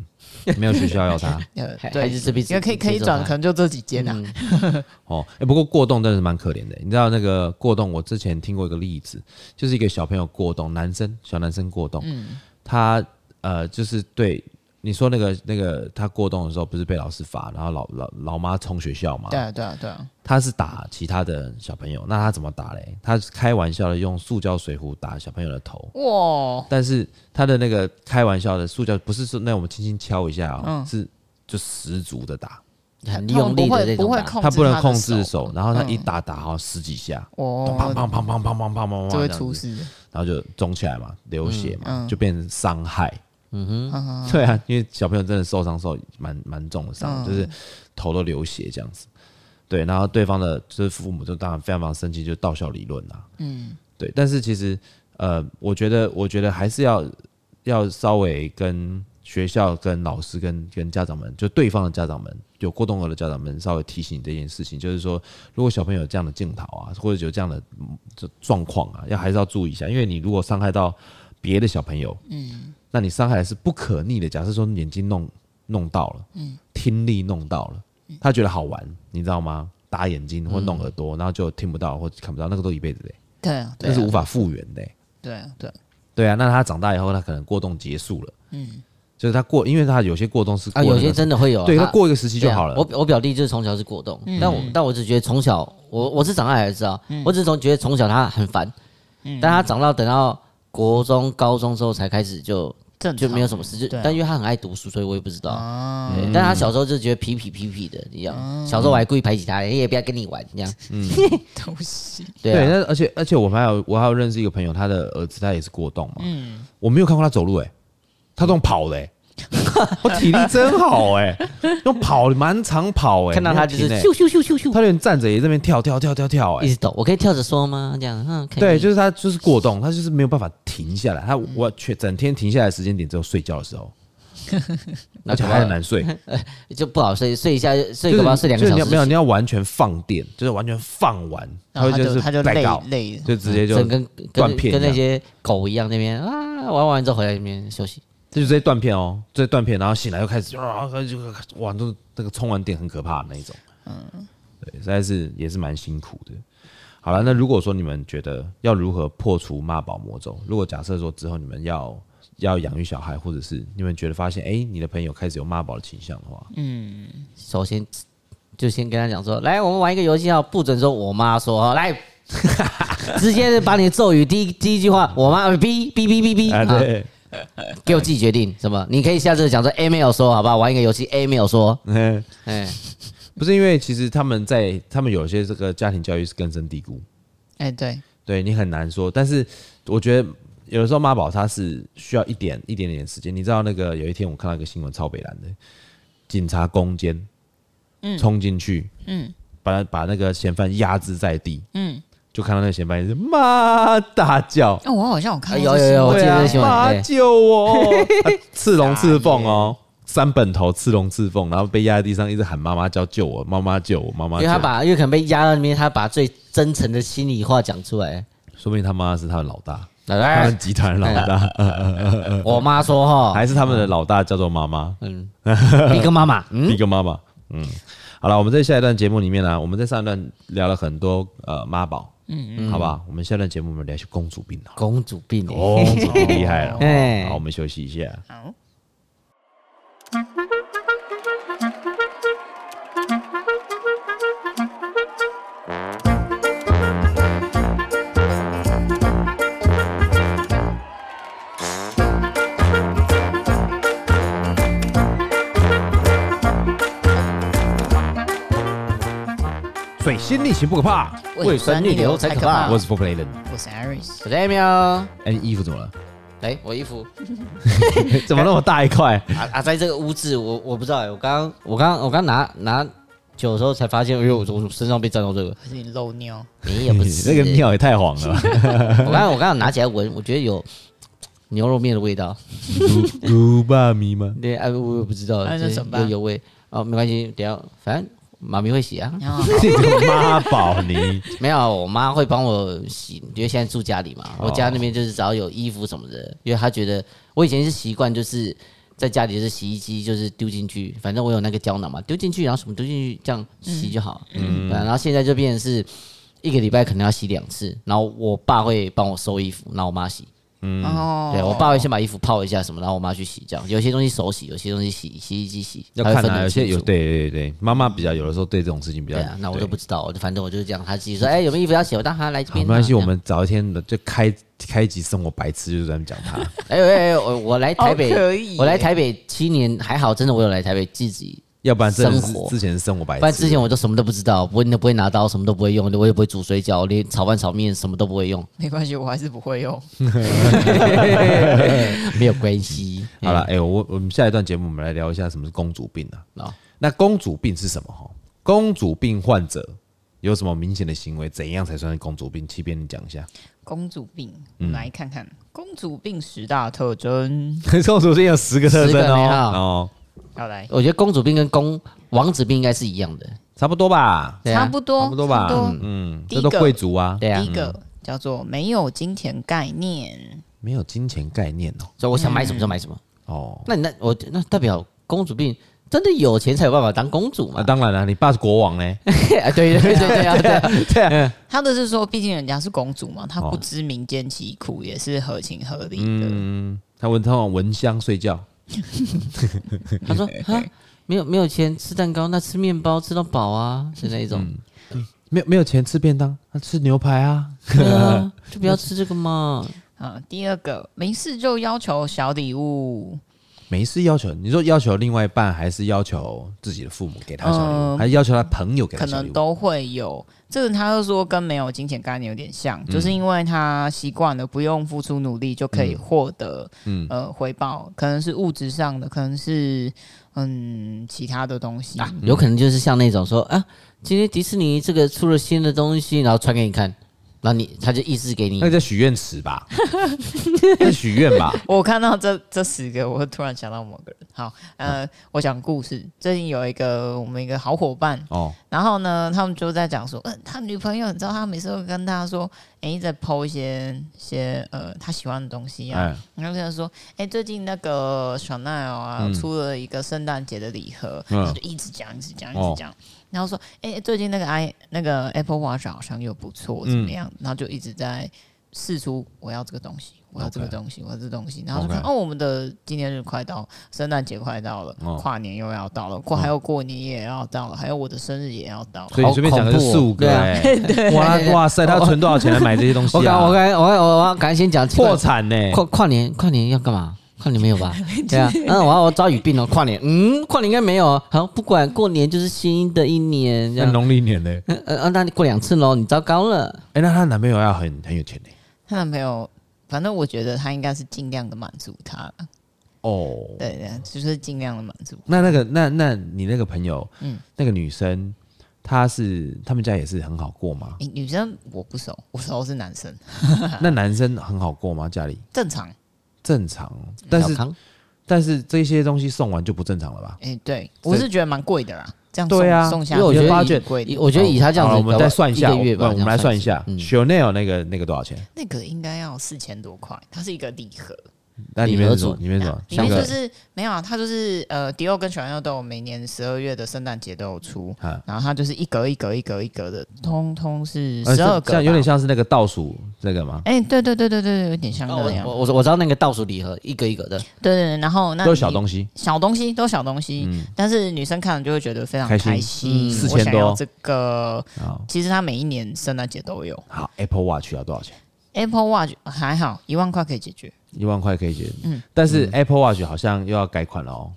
没有学校要他 呃还，对还，是这边因为可以可以转，可能就这几间啊。嗯哦。哎，不过过动真的是蛮可怜的，你知道那个过动，我之前听过一个例子，就是一个小朋友过动，男生小男生过动，嗯，他呃就是对你说那个那个他过动的时候，不是被老师罚，然后老老老妈冲学校嘛，对啊，对啊，对啊，他是打其他的小朋友，那他怎么打嘞？他是开玩笑的用塑胶水壶打小朋友的头，哇，但是他的那个开玩笑的塑胶不是说那我们轻轻敲一下、哦，嗯是就十足的打，很用力他的们那不种会打，不会控制他不能控他制的，嗯手，然后他一打打好十几下，砰砰砰我砰砰砰砰砰砰，哦就会这样出子，事。然后就肿起来嘛，流血嘛，嗯嗯就变成伤害。嗯哼，对啊，因为小朋友真的受伤受蛮蛮重的伤，嗯就是头都流血这样子。对，然后对方的就是父母就当然非常非常生气，就道校理论啊。嗯，对。但是其实呃，我觉得我觉得还是要要稍微跟学校、跟老师、跟跟家长们，就对方的家长们有过动儿的家长们，稍微提醒这件事情，就是说，如果小朋友有这样的镜头啊，或者有这样的嗯这状况啊，要还是要注意一下，因为你如果伤害到别的小朋友，嗯，那你伤害是不可逆的。假设说你眼睛弄弄到了，嗯，听力弄到了，嗯他觉得好玩，你知道吗？打眼睛或弄耳朵，然后就听不到或看不到，那个都一辈子的、对啊，对那是无啊，法复原的、对啊，对啊，对啊，那他长大以后，他可能过动结束了，嗯，就是他过，因为他有些过动是过啊，有那个些真的会有啊，对他他过一个时期就好了。对啊我我表弟就是从小是果冻，嗯但我但我只觉得从小我我是长大才知道，我只是从觉得从小他很烦，嗯但他长到等到国中、高中之后才开始就正就没有么什么事，就对啊但因为他很爱读书，所以我也不知道。啊。对但他小时候就觉得痞痞痞痞的一样，小时候我还故意排挤他，哎也不要跟你玩这 样。东 西，对对，啊，那而且而且我还有我还有认识一个朋友，他的儿子他也是过动嘛，嗯我没有看过他走路、欸，他都用跑的、 欸，我体力真好哎、用跑满场跑哎、看到他就是没有咻停欸咻咻咻咻，他连站着也在那边跳跳跳跳跳哎、一直抖。我可以跳着说吗？这样，嗯，可以。对，就是他就是过动，他就是没有办法停下来，他我全整天停下来的时间点只有睡觉的时 候，而且还很难睡，就不好睡，睡一下睡个你吧，睡两个就是小你要时，没有，你要完全放电，就是完全放完，然后他就是就他就 black 累 out 累了，就直接就整跟断跟片跟这样那些狗一样那边啊玩完之后回来那边休息。这就直接断片哦，直接断片，然后醒来又开始啊，就哇，都那个充完电很可怕的那一种。嗯，对，实在是也是蛮辛苦的。好了，那如果说你们觉得要如何破除妈宝魔咒，如果假设说之后你们要要养育小孩，或者是你们觉得发现哎、诶你的朋友开始有妈宝的倾向的话，首先就先跟他讲说，来，我们玩一个游戏啊，不准说我妈说哦，来， 直接把你的咒语第一第一句话，我妈呃哔哔哔哔哔，啊，啊对，给我自己决定什么。你可以下次讲说 A 没有说，好不好？玩一个游戏 A 没有说，嗯哎，不是因为其实他们在他们有些这个家庭教育是根深蒂固，哎，对，对你很难说。但是我觉得有的时候妈宝它是需要一点一点点时间。你知道那个有一天我看到一个新闻超北蓝的，警察攻坚，冲进去，嗯把把那个嫌犯压制在地，嗯，就看到那个嫌犯也是妈大叫，哦，我好像有看哎有到这对啊有我有记得这新，新闻闻妈对救 我，他刺龙刺凤哦。三本头刺龙刺凤，然后被压在地上，一直喊妈妈叫救我，妈妈救我，妈妈因救为我。他把，因为可能被压到那边，他把最真诚的心里话讲出来。说不定他妈是他的老大，他来们，集团的老大，我妈说哈，还是他们的老大叫做妈妈，嗯，一个妈 妈，嗯一个妈妈。嗯，好了，我们在下一段节目里面啊呢、我们在上一段聊了很多呃妈宝，嗯嗯，好吧，我们下一段节目我们聊一些公主病好了公主病 哦，公主病 厉害了，哎好，我们休息一下。好，水星逆行不可怕，胃酸逆流才可怕我是 For p l a y 我是 Iris，我在喵。哎，你衣服怎么了？哎，我衣服怎么那么大一块？啊啊，在这个污渍，我我不知道哎，我刚我刚我刚拿拿酒的时候才发现，哎呦，我我身上被沾到 这个，可是你漏尿，你也不是那个尿也太黄了吧，我刚我刚刚拿起来闻，我觉得有牛肉面的味道。鲁巴咪 吗？对，哎，我也不知道，哎那就是怎么办有有味哦，没关系，等一下反正妈咪会洗啊。然后 这个妈宝你没有，我妈会帮我洗，因为现在住家里嘛，我家那边就是只要有衣服什么的，因为她觉得我以前是习惯就是在家里就是洗衣机就是丢进去，反正我有那个胶囊嘛，丢进去然后什么丢进去这样洗就好。嗯，然后现在就变成是一个礼拜可能要洗两次，然后我爸会帮我收衣服，然后我妈洗。然 后对我爸会先把衣服泡一下什么，然后我妈去洗，这样有些东西手洗，有些东西洗洗衣机洗，要她会看分得啊，有清些有楚对对对对，妈妈比较有的时候对这种事情比较对啊，那我对都不知道，我就反正我就是这样，他自己说，哎，有没有衣服要洗？我让他来这好边没拿。关系，这我样们早一天的就开开一集生活白痴，就是专门讲他。 哎哎哎，我我来台北好可以耶，我来台北七年还好，真的我有来台北自己，要不然真的是生活之前是生活白痴，不然之前我都什么都不知道，不会不会拿刀，什么都不会用，我也不会煮水饺，连炒饭炒面什么都不会用，没关系，我还是不会用。没有关系。好了，哎、我我们下一段节目我们来聊一下什么是公主病啊。好那公主病是什么？哈，公主病患者有什么明显的行为？怎样才算是公主病？七边你讲一下。公主病，我嗯们来看看公主病十大特征。 公主病有十个特十征个没有哦，哦，要来，我觉得公主病跟公王子病应该是一样的，差不多吧，对啊差不多，差不多吧差不多嗯，第这一都个贵族啊，对啊第一。个叫做没有金钱概念，没有金钱概念所以我想买什么就买什么。哦。那你那我那代表公主病真的有钱才有办法当公主哦，啊，嘛？当然了、你爸是国王 呢，对对对对对 啊对啊！对啊，他的是说，毕竟人家是公主嘛，她哦不知民间疾苦也是合情合理的。嗯，他闻他往闻香睡觉，他说啊，没有没有钱吃蛋糕，那吃面包吃到饱啊，是那一种。没有没有钱吃便当，他吃牛排啊，对啊，就不要吃这个嘛。啊，第二个没事就要求小礼物，没事要求，你说要求另外一半，还是要求自己的父母给他小礼物，嗯还是要求他朋友给他可小礼能物？都会有。这个他就说跟没有金钱概念有点嗯像，就是因为他习惯了不用付出努力就可以获得、嗯呃回报，可能是物质上的，可能是嗯其他的东西。啊，有可能就是像那种说啊，今天迪士尼这个出了新的东西，然后传给你看，然后你他就意思给你那。叫许愿池吧， 那是许愿吧，我看到这这十个，我突然想到某个人。好，呃，我讲故事。最近有一个我们一个好伙伴， 哦，然后呢，他们就在讲说，嗯、他女朋友，你知道，他每次会跟大家说，哎、在剖一些一些呃他喜欢的东西啊。哎，然后跟他说，哎、最近那个小奈尔啊、嗯出了一个圣诞节的礼盒，嗯他就一直讲，一直讲，一哦直讲。然后说，哎、最近那个 i 那个 Apple Watch 好像又不错，怎么样？嗯然后就一直在试出我要这个东西，我要这个 OK 东西我要这个东西。然后就看 OK 哦，我们的纪念日快到，圣诞节快到了，哦跨年又要到了，过还有过年也要到了，还有我的生日也要到了。所以你随便讲个就四五个，好哎，对哇啊对对 哇塞，他存多少钱来买这些东我西刚啊？我刚我刚我刚赶紧讲破产呢，跨跨年跨年要干嘛？跨年没有 吧？对啊，嗯，我要我遭遇病了。跨年，嗯，跨年应该没有啊。好，不管过年就是新的一年，这那样。农历年呢？嗯嗯嗯，那你过两次喽，你糟糕了。哎，那她男朋友要很很有钱呢？她男朋友，反正我觉得她应该是尽量的满足她。哦，对对，就是尽量的满足。那那个那那你那个朋友，嗯，那个女生，她是他们家也是很好过吗？诶女生我不熟，我熟是男生，那男生很好过吗？家里正常。正常，但小是康但是这些东西送完就不正常了吧？哎、对我是觉得蛮贵的啦，这样送对啊送下因为我去觉发得觉以挺贵以的，我觉得以他这样好子，了我们再算一下，个月我吧，我们来算一下嗯， ，Chanel 那个那个多少钱？那个应该要四千多块，它是一个礼盒，那里礼面盒是什么？组里面是什么？里面那个就是没有啊，它就是呃，迪奥跟小 l 都有每年十二月的圣诞节都有出，啊然后它就是一格一格一格一格的，通通是呃十二像格吧、像有点像是那个倒数这个吗？哎、对对对对对，有点像哦那样，我我我知道那个倒数礼盒一个一个的，对对对，然后那都是小你东西，小东西都小东西，但是女生看了就会觉得非常开开心心。嗯4000我想要多这个，好其实它每一年圣诞节都有。好，Apple Watch 要多少钱？ Apple Watch 还好，一万块可以解决。 一万块可以解，嗯，但是 Apple Watch 好像又要改款了哦，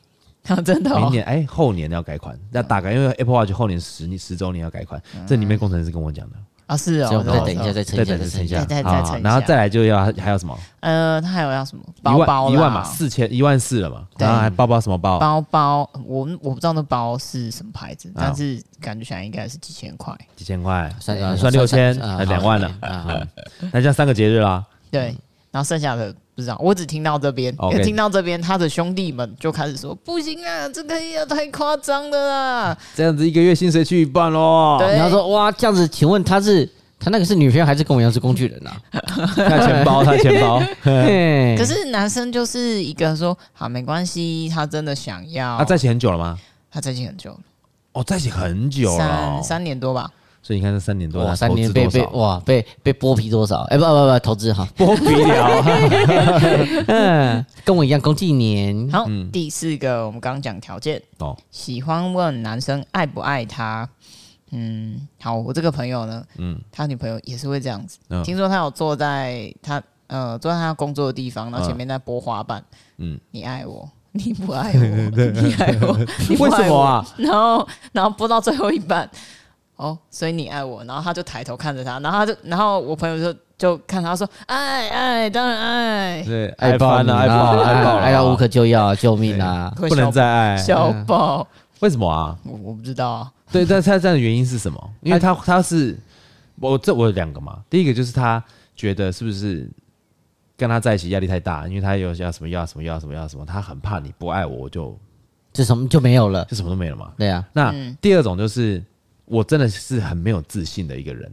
真的、哦，明年哎后年要改款，要大概因为 Apple Watch 后年十年十周年要改款，这里面工程师跟我讲的，啊是哦，所以我们再是哦等一下，是哦再再撑一下，等再撑一一下，再再再好撑一下然后再来就要还有什么？呃，它还有要什么一包万包啦一万嘛，四千一万四了嘛，对然后还包包什么包？包包，我我不知道那包是什么牌子，啊但是感觉起来应该是几千块。几千块，算算算六千，算还两万了，啊好那这样三个节日啦。对，然后剩下的不知道，我只听到这边嗯哦 OK 听到这边，他的兄弟们就开始说不行啊，这个也太夸张了啦。这样子一个月薪水去一半喽，对然后说哇，这样子，请问他是他那个是女朋友还是跟我一样是工具人啊？他的钱包，他的钱包，嘿可是男生就是一个说好没关系，他真的想要，啊他在一起很久了吗？他在一起很久了，哦，在一起很久了三，三年多吧。所以你看这三年多，哇，他啊三投年资被多被少？哇被被剥皮多少？哎、不不不，投资哈，剥皮了，嗯，跟我一样工具年，好，嗯第四个我们刚刚讲条件，哦，喜欢问男生爱不爱他。嗯，好，我这个朋友呢，嗯，他女朋友也是会这样子。嗯听说他有坐在他呃坐在他工作的地方，然嗯后前面在播花瓣。嗯嗯，你爱我， 你不爱我， 你爱我，你不爱我为什么啊？然后然后播到最后一半，哦，所以你爱我，然后他就抬头看着他，然后他就然后我朋友就就看他说爱爱当然爱，对，爱爱翻啊你了，爱爆了，爱爆了，啊爱到无可救药，救命啊！快不能笑再爱，笑爆，为什么啊？哎我我不知道啊，对，但他这样的原因是什么？因为他他是我这我有两个嘛，第一个就是他觉得是不是跟他在一起压力太大，因为他有要什么要什么要什么要什么，他很怕你不爱我，我就这什么就没有了？就什么都没了嘛。对啊，那嗯第二种就是我真的是很没有自信的一个人，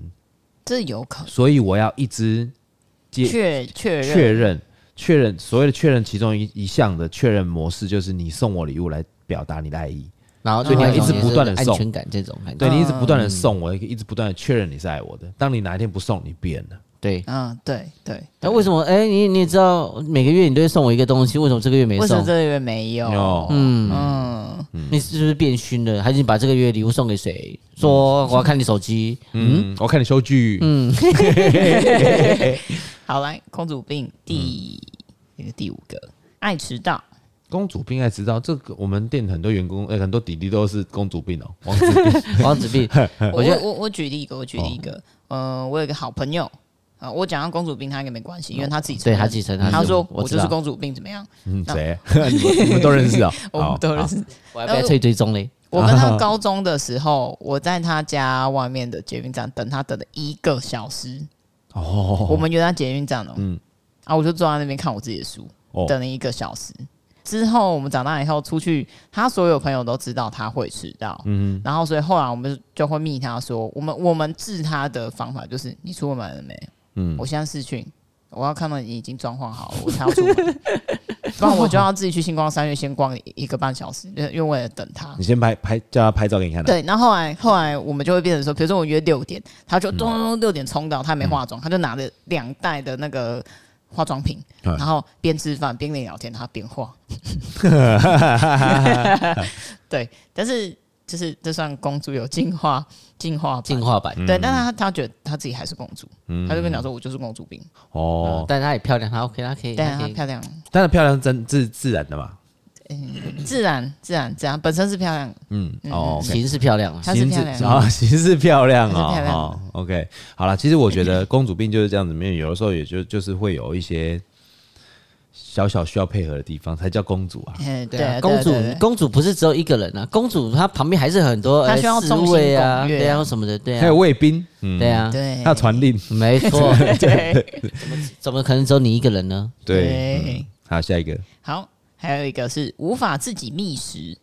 这有可能所以我要一直接确确认确认确认所谓的确认，其中一一项的确认模式就是你送我礼物来表达你的爱意。然后所以你要一直不断地安送全感这种感觉，对你一直嗯不断的送我，一直不断的确认你是爱我的。当你哪一天不送，你变了。对。嗯，对对。那为什么？哎，你你也知道，每个月你都会送我一个东西，为什么这个月没为什么送这？个月没有？哦，嗯，嗯，你是不是变熏了？还是你把这个月礼物送给谁？说我要看你手机，嗯，我看你收据，嗯，好来，公主病嗯第、那个第五个，爱迟到。公主病爱迟到，这个我们店很多员工，呃，很多弟弟都是公主病哦，王 子病王子病。我嗯我觉得哦我我举例一个，我举例一个，呃，我有一个好朋友，啊、我讲到公主病，他应该没关系，因为他自己承哦对认他自己承认他说我我知就是道公主病，怎么样？嗯，谁？ 你们你们都认识啊？ 哦我们都认识。 识。我还被催追踪嘞。我跟他高中的时候，我在他家外面的捷运站等他，等了一个小时。好我哦，们约在捷运站哦，嗯嗯，啊，我就坐在那边看我自己的书，哦等了一个小时。之后我们长大以后出去，他所有朋友都知道他会迟到，嗯，然后所以后来我们就会密他说，我们我们治他的方法就是你出门了没？嗯嗯，我现在试训，我要看到你已经装潢好了，我才要出门， 不然我就要自己去星光三月先逛一个半小时，因为因为为了等他你。先拍拍，叫他拍照给你看啊。对，然后后来后来我们就会变成说，比如说我约六点，他就咚咚咚六点冲到，他没化妆，他就拿着两袋的那个化妆品，嗯然后边吃饭边跟你聊天，他边化。对，但是就是这算公主有进化进化进进。化版。对，但他他觉得他自己还是公主，他就跟你讲说，我就是公主病，嗯哦哦，，但她也漂亮，她 OK，她可以，但她啊她可以。漂亮，但是漂亮是真自自然的嘛，自然自然自然，本身是漂亮，嗯，哦，OK。形是漂亮啊，她是形漂式亮 啊，形式漂亮啊、她是漂亮哦，OK，好了，其实我觉得公主病就是这样子，没有有的时候也就就是会有一些小小需要配合的地方，才叫公主啊。嗯，对对啊对公主对对公主不是只有一个人啊，公主她旁边还是很多她呃需要侍众星卫啊，拱月啊对啊或什么的，对还有嗯啊，卫兵，嗯，对啊，对，还有传令，没错， 对怎么可能只有你一个人呢？对对，嗯好，下一个好，还有一个是无法自己 觅食，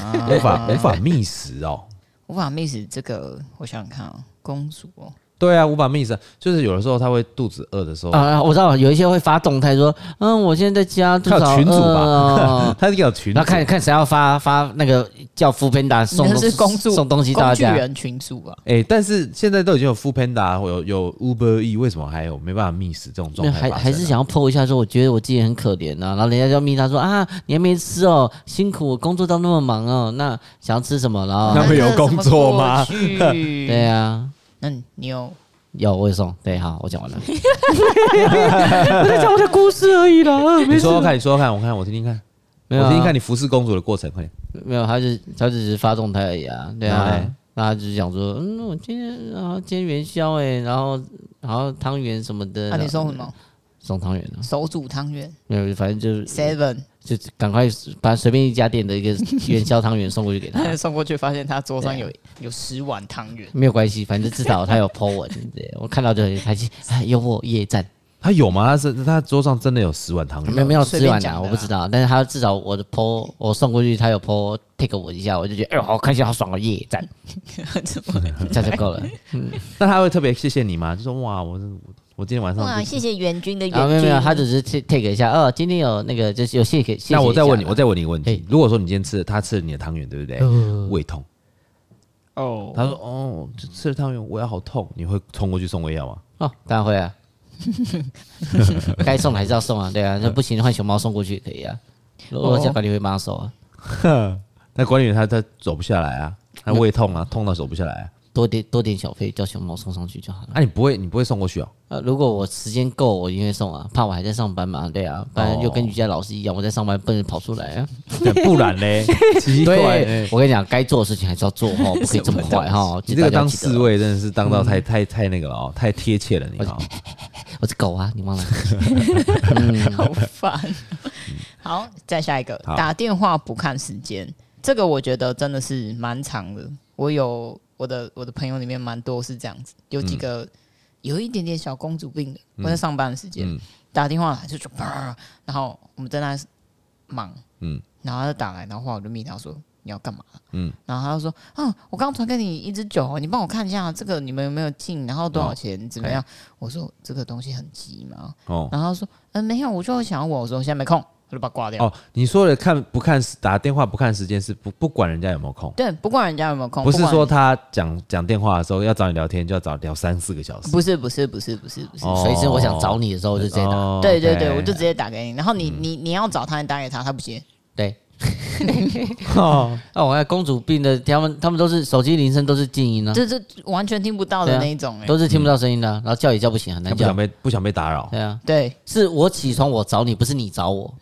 嗯啊无法无法觅食哦。无法觅食这个，我想想看啊，公主哦，对啊，无法觅食，就是有的时候他会肚子饿的时候，啊，我知道有一些会发动态说，嗯，我现在在家，嗯他有群主吧吧？，他是有 群组那，哦看看谁要发发那个叫福平达送你东这西是公主送东西到工他具家，人群主啊，哎、但是现在都已经有 f o o Panda，有有 Uber E，为什么还有没办法觅食这种状那态发还生啊、还是想要 PO 一下说，我觉得我自己很可怜呐、然后人家就密他说啊，你还没吃哦，辛苦，我工作到那么忙哦，那想要吃什么？然后那会有工作吗那这怎么过去啊 对啊，那你有有我也送，对，好，我讲 完了，我在讲我的故事而已啦，你说说看，你说说看，我看我听听看，没有、我啊，听听看你服侍公主的过程，快点。没有，他就他就只是发动态而已啊，对然后啊嘞，那他就是讲说，嗯，我今天然后今天元宵哎、然后然后汤圆什么的，那然你后送什么？送汤圆啊，手煮汤圆没有，反正就是 Seven，就赶快把随便一家店的一个元宵汤圆送过去给他，送过去发现他桌上对有有十碗汤 圆， 没有关系，反正至少他有 po 文，对我看到就很开心，哎，幽默夜战，他有吗？他是他桌上真的有十碗汤没有圆，没有随吃便完讲的啊，啊我不知道，但是他至少我的 po 我送过去，他有 po take 我一下，我就觉得哎呦好开心，好爽哦，夜战，怎 么这样就够了。那他会特别谢谢你吗？就说哇，我真我今天晚上就，谢援军的啊，没有没有，他只是 take take 一下哦，今天有那个就是有谢谢谢谢一下。那我再问你，我再问你一个问题嘿：如果说你今天吃了他吃了你的汤圆，对不对？胃痛，哦，他说哦，就吃了汤圆，胃好痛，你会冲过去送胃药吗？哦，当然会啊，该送的还是要送啊，对啊，那不行换熊猫送过去也可以啊。如果下管理会帮他收啊，那管理员他他走不下来啊，他胃痛啊，痛到走不下来啊，多点多点小费叫熊猫送上去就好了。啊，你不会你不会送过去哦？呃，如果我时间够，我一定会送啊，怕我还在上班嘛，对啊，不然就跟瑜伽老师一样，我在上班不能跑出来啊。 对不然嘞，奇怪嘞 对，我跟你讲，该做的事情还是要做哈，不可以 这么快哈。你这个大家要当记得侍，卫真的是当到太太太那个了哦，太贴切了你哦。我是狗啊，你忘了？ 好烦。好，再下一个，好打电话不看时间，这个我觉得真的是蛮长的。我有我的我的朋友里面蛮多是这样子，有几个、有一点点小公主病的，我在上班的时间、嗯打电话来就就啪，然后我们正在忙，嗯嗯，然后他就打来，然后后来我就密他说你要干嘛？嗯嗯，然后他就说啊，我刚传给你一支酒，你帮我看一下这个你们有没有进，然后多少钱，怎么样？我说这个东西很急嘛，哦然后他说，嗯、没有，我就想要我，我说现在没空，我就把它挂掉。哦，你说的看不看时打电话不看时间是不不管人家有没有空，对，哦不管人家有没有空，不是管说他讲讲电话的时候要找你聊天就要找聊三四个小时。不是不是不是不是不是， 哦随时我想找你的时候就直接打。哦对对对， OK 嗯 我就直接打给你，然后你、你你要找他，你打给他，他不接，对。哦，我看公主病的，他们他们都是手机铃声都是静音啊，嗯这这完全听不到对的啊那一种、欸，都是听不到声音的啊，然后叫也叫不醒，很他难不想叫。被不想被打哎扰。对啊，对是我起床我找你，不是你找我。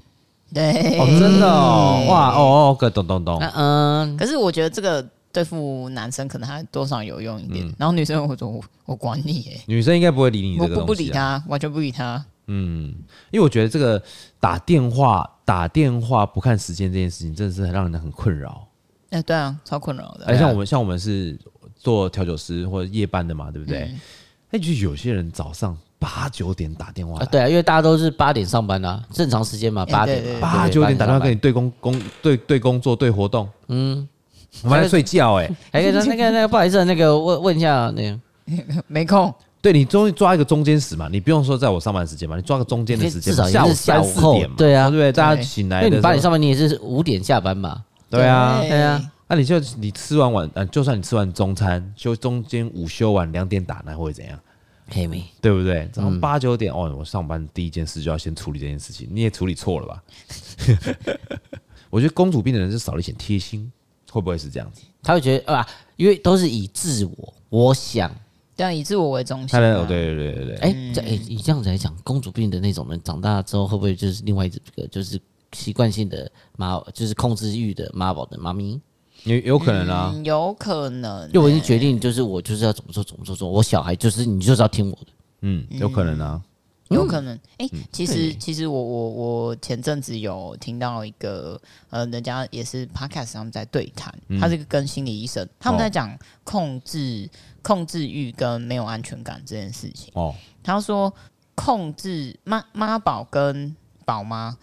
对。哦，真的哦，哇哦哎哦，个懂懂懂啊那。嗯，可是我觉得这个对付男生可能还多少有用一点，然后女生我说我我管你、欸，女生应该不会理嗯你我这个不不东理西啊。他，完全不理他，嗯，因为我觉得这个打电话打电话不看时间这件事情，真的是很让人很困扰。哎、对啊，超困扰的。哎，像我们像我们是做调酒师或者夜班的嘛，对不对？嗯那就有些人早上八九点打电话啊来，对啊，因为大家都是八点上班啊，正常时间嘛，哎八点对嘛对对八九点打电话跟你。你对工工对对工作对活动，嗯，我们还在睡觉哎、哎，那那个那个不好意思啊，那个问问一下，那个 没空，对你终于抓一个中间时嘛，你不用说在我上班时间嘛，你抓个中间的时间至少嘛，也是午下三午四后点嘛，对啊对不对？大家对醒因来为的你时八点候，上班，你也是五点下班嘛。对啊，对啊，那、你就你吃完晚，呃，就算你吃完中餐，休中间午休完两点打，那会怎样？黑妹，对不对？早嗯上八九点、哦，我上班第一件事就要先处理这件事情，你也处理错了吧？ 我觉得公主病的人是少了一些贴心，会不会是这样子？他会觉得啊，因为都是以自我，我想，对啊，以自我为中心、他的啊哦，。对对对对对，哎，这哎，你这样子来讲，公主病的那种人，长大之后会不会就是另外一个就是习惯性的妈，就是控制欲的妈宝的妈咪？有有可能啊，嗯，有可能、欸因为我已经嗯决定，就是我就是要怎么做怎么做，怎么做我小孩就是你就是要听我的。嗯嗯，有可能啊。有可能。哎、其实其实我我我前阵子有听到一个呃，人家也是 podcast 他们在对谈，嗯他是跟心理医生，他们在哦讲控制、控制欲跟没有安全感这件事情。哦，他说控制妈妈宝跟宝妈，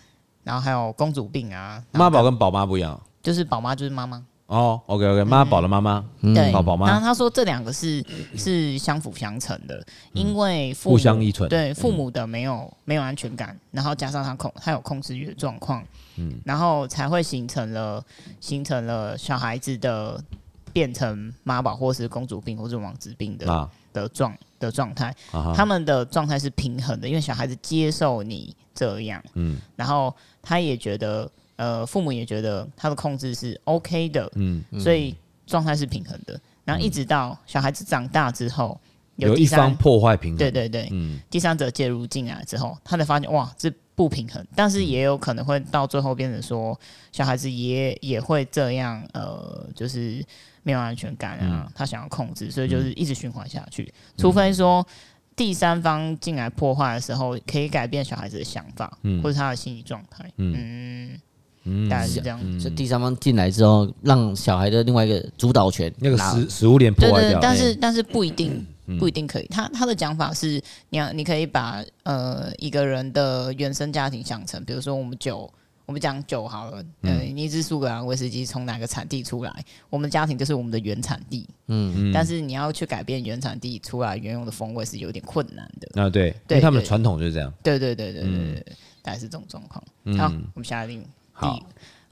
然后还有公主病啊，然后妈宝跟宝妈不一样就是宝妈就是妈妈，哦。OK OK，妈宝的妈妈，嗯对，宝宝嗯然后妈嗯他说这两个是是相辅相成的，因为父母互相依存，对父母的没有没有安全感，然后加上他控他有控制欲的状况，嗯，然后才会形成了形成了小孩子的变成妈宝或是公主病或是王子病的啊的状的状态，啊他哈，们的状态是平衡的，因为小孩子接受你这样，嗯然后他也觉得呃父母也觉得他的控制是 OK 的，嗯，所以状态是平衡的。然后一直到小孩子长大之后，有第一三方破坏平衡，对，对对，嗯第三者介入进来之后，他才发现哇，这不平衡。但是也有可能会到最后变成说，小孩子也也会这样，呃，就是没有安全感啊，嗯他想要控制，所以就是一直循环下去。除非说第三方进来破坏的时候，可以改变小孩子的想法、嗯或者他的心理状态。嗯，嗯大概是这样。这第三方进来之后，让小孩的另外一个主导权那个拿食食物链破对坏对，掉，嗯但是但是不一定不一定可以。他他的讲法是，你要你可以把呃一个人的原生家庭想成，比如说我们酒，我们讲酒好了，嗯呃，你一支苏格兰威士忌从哪个产地出来，我们家庭就是我们的原产地，嗯，但是你要去改变原产地出来原有的风味是有点困难的。啊对，因对为他们的对传统就是这样，对对对嗯对对对对，大概是这种状况。好，我们下一令好第。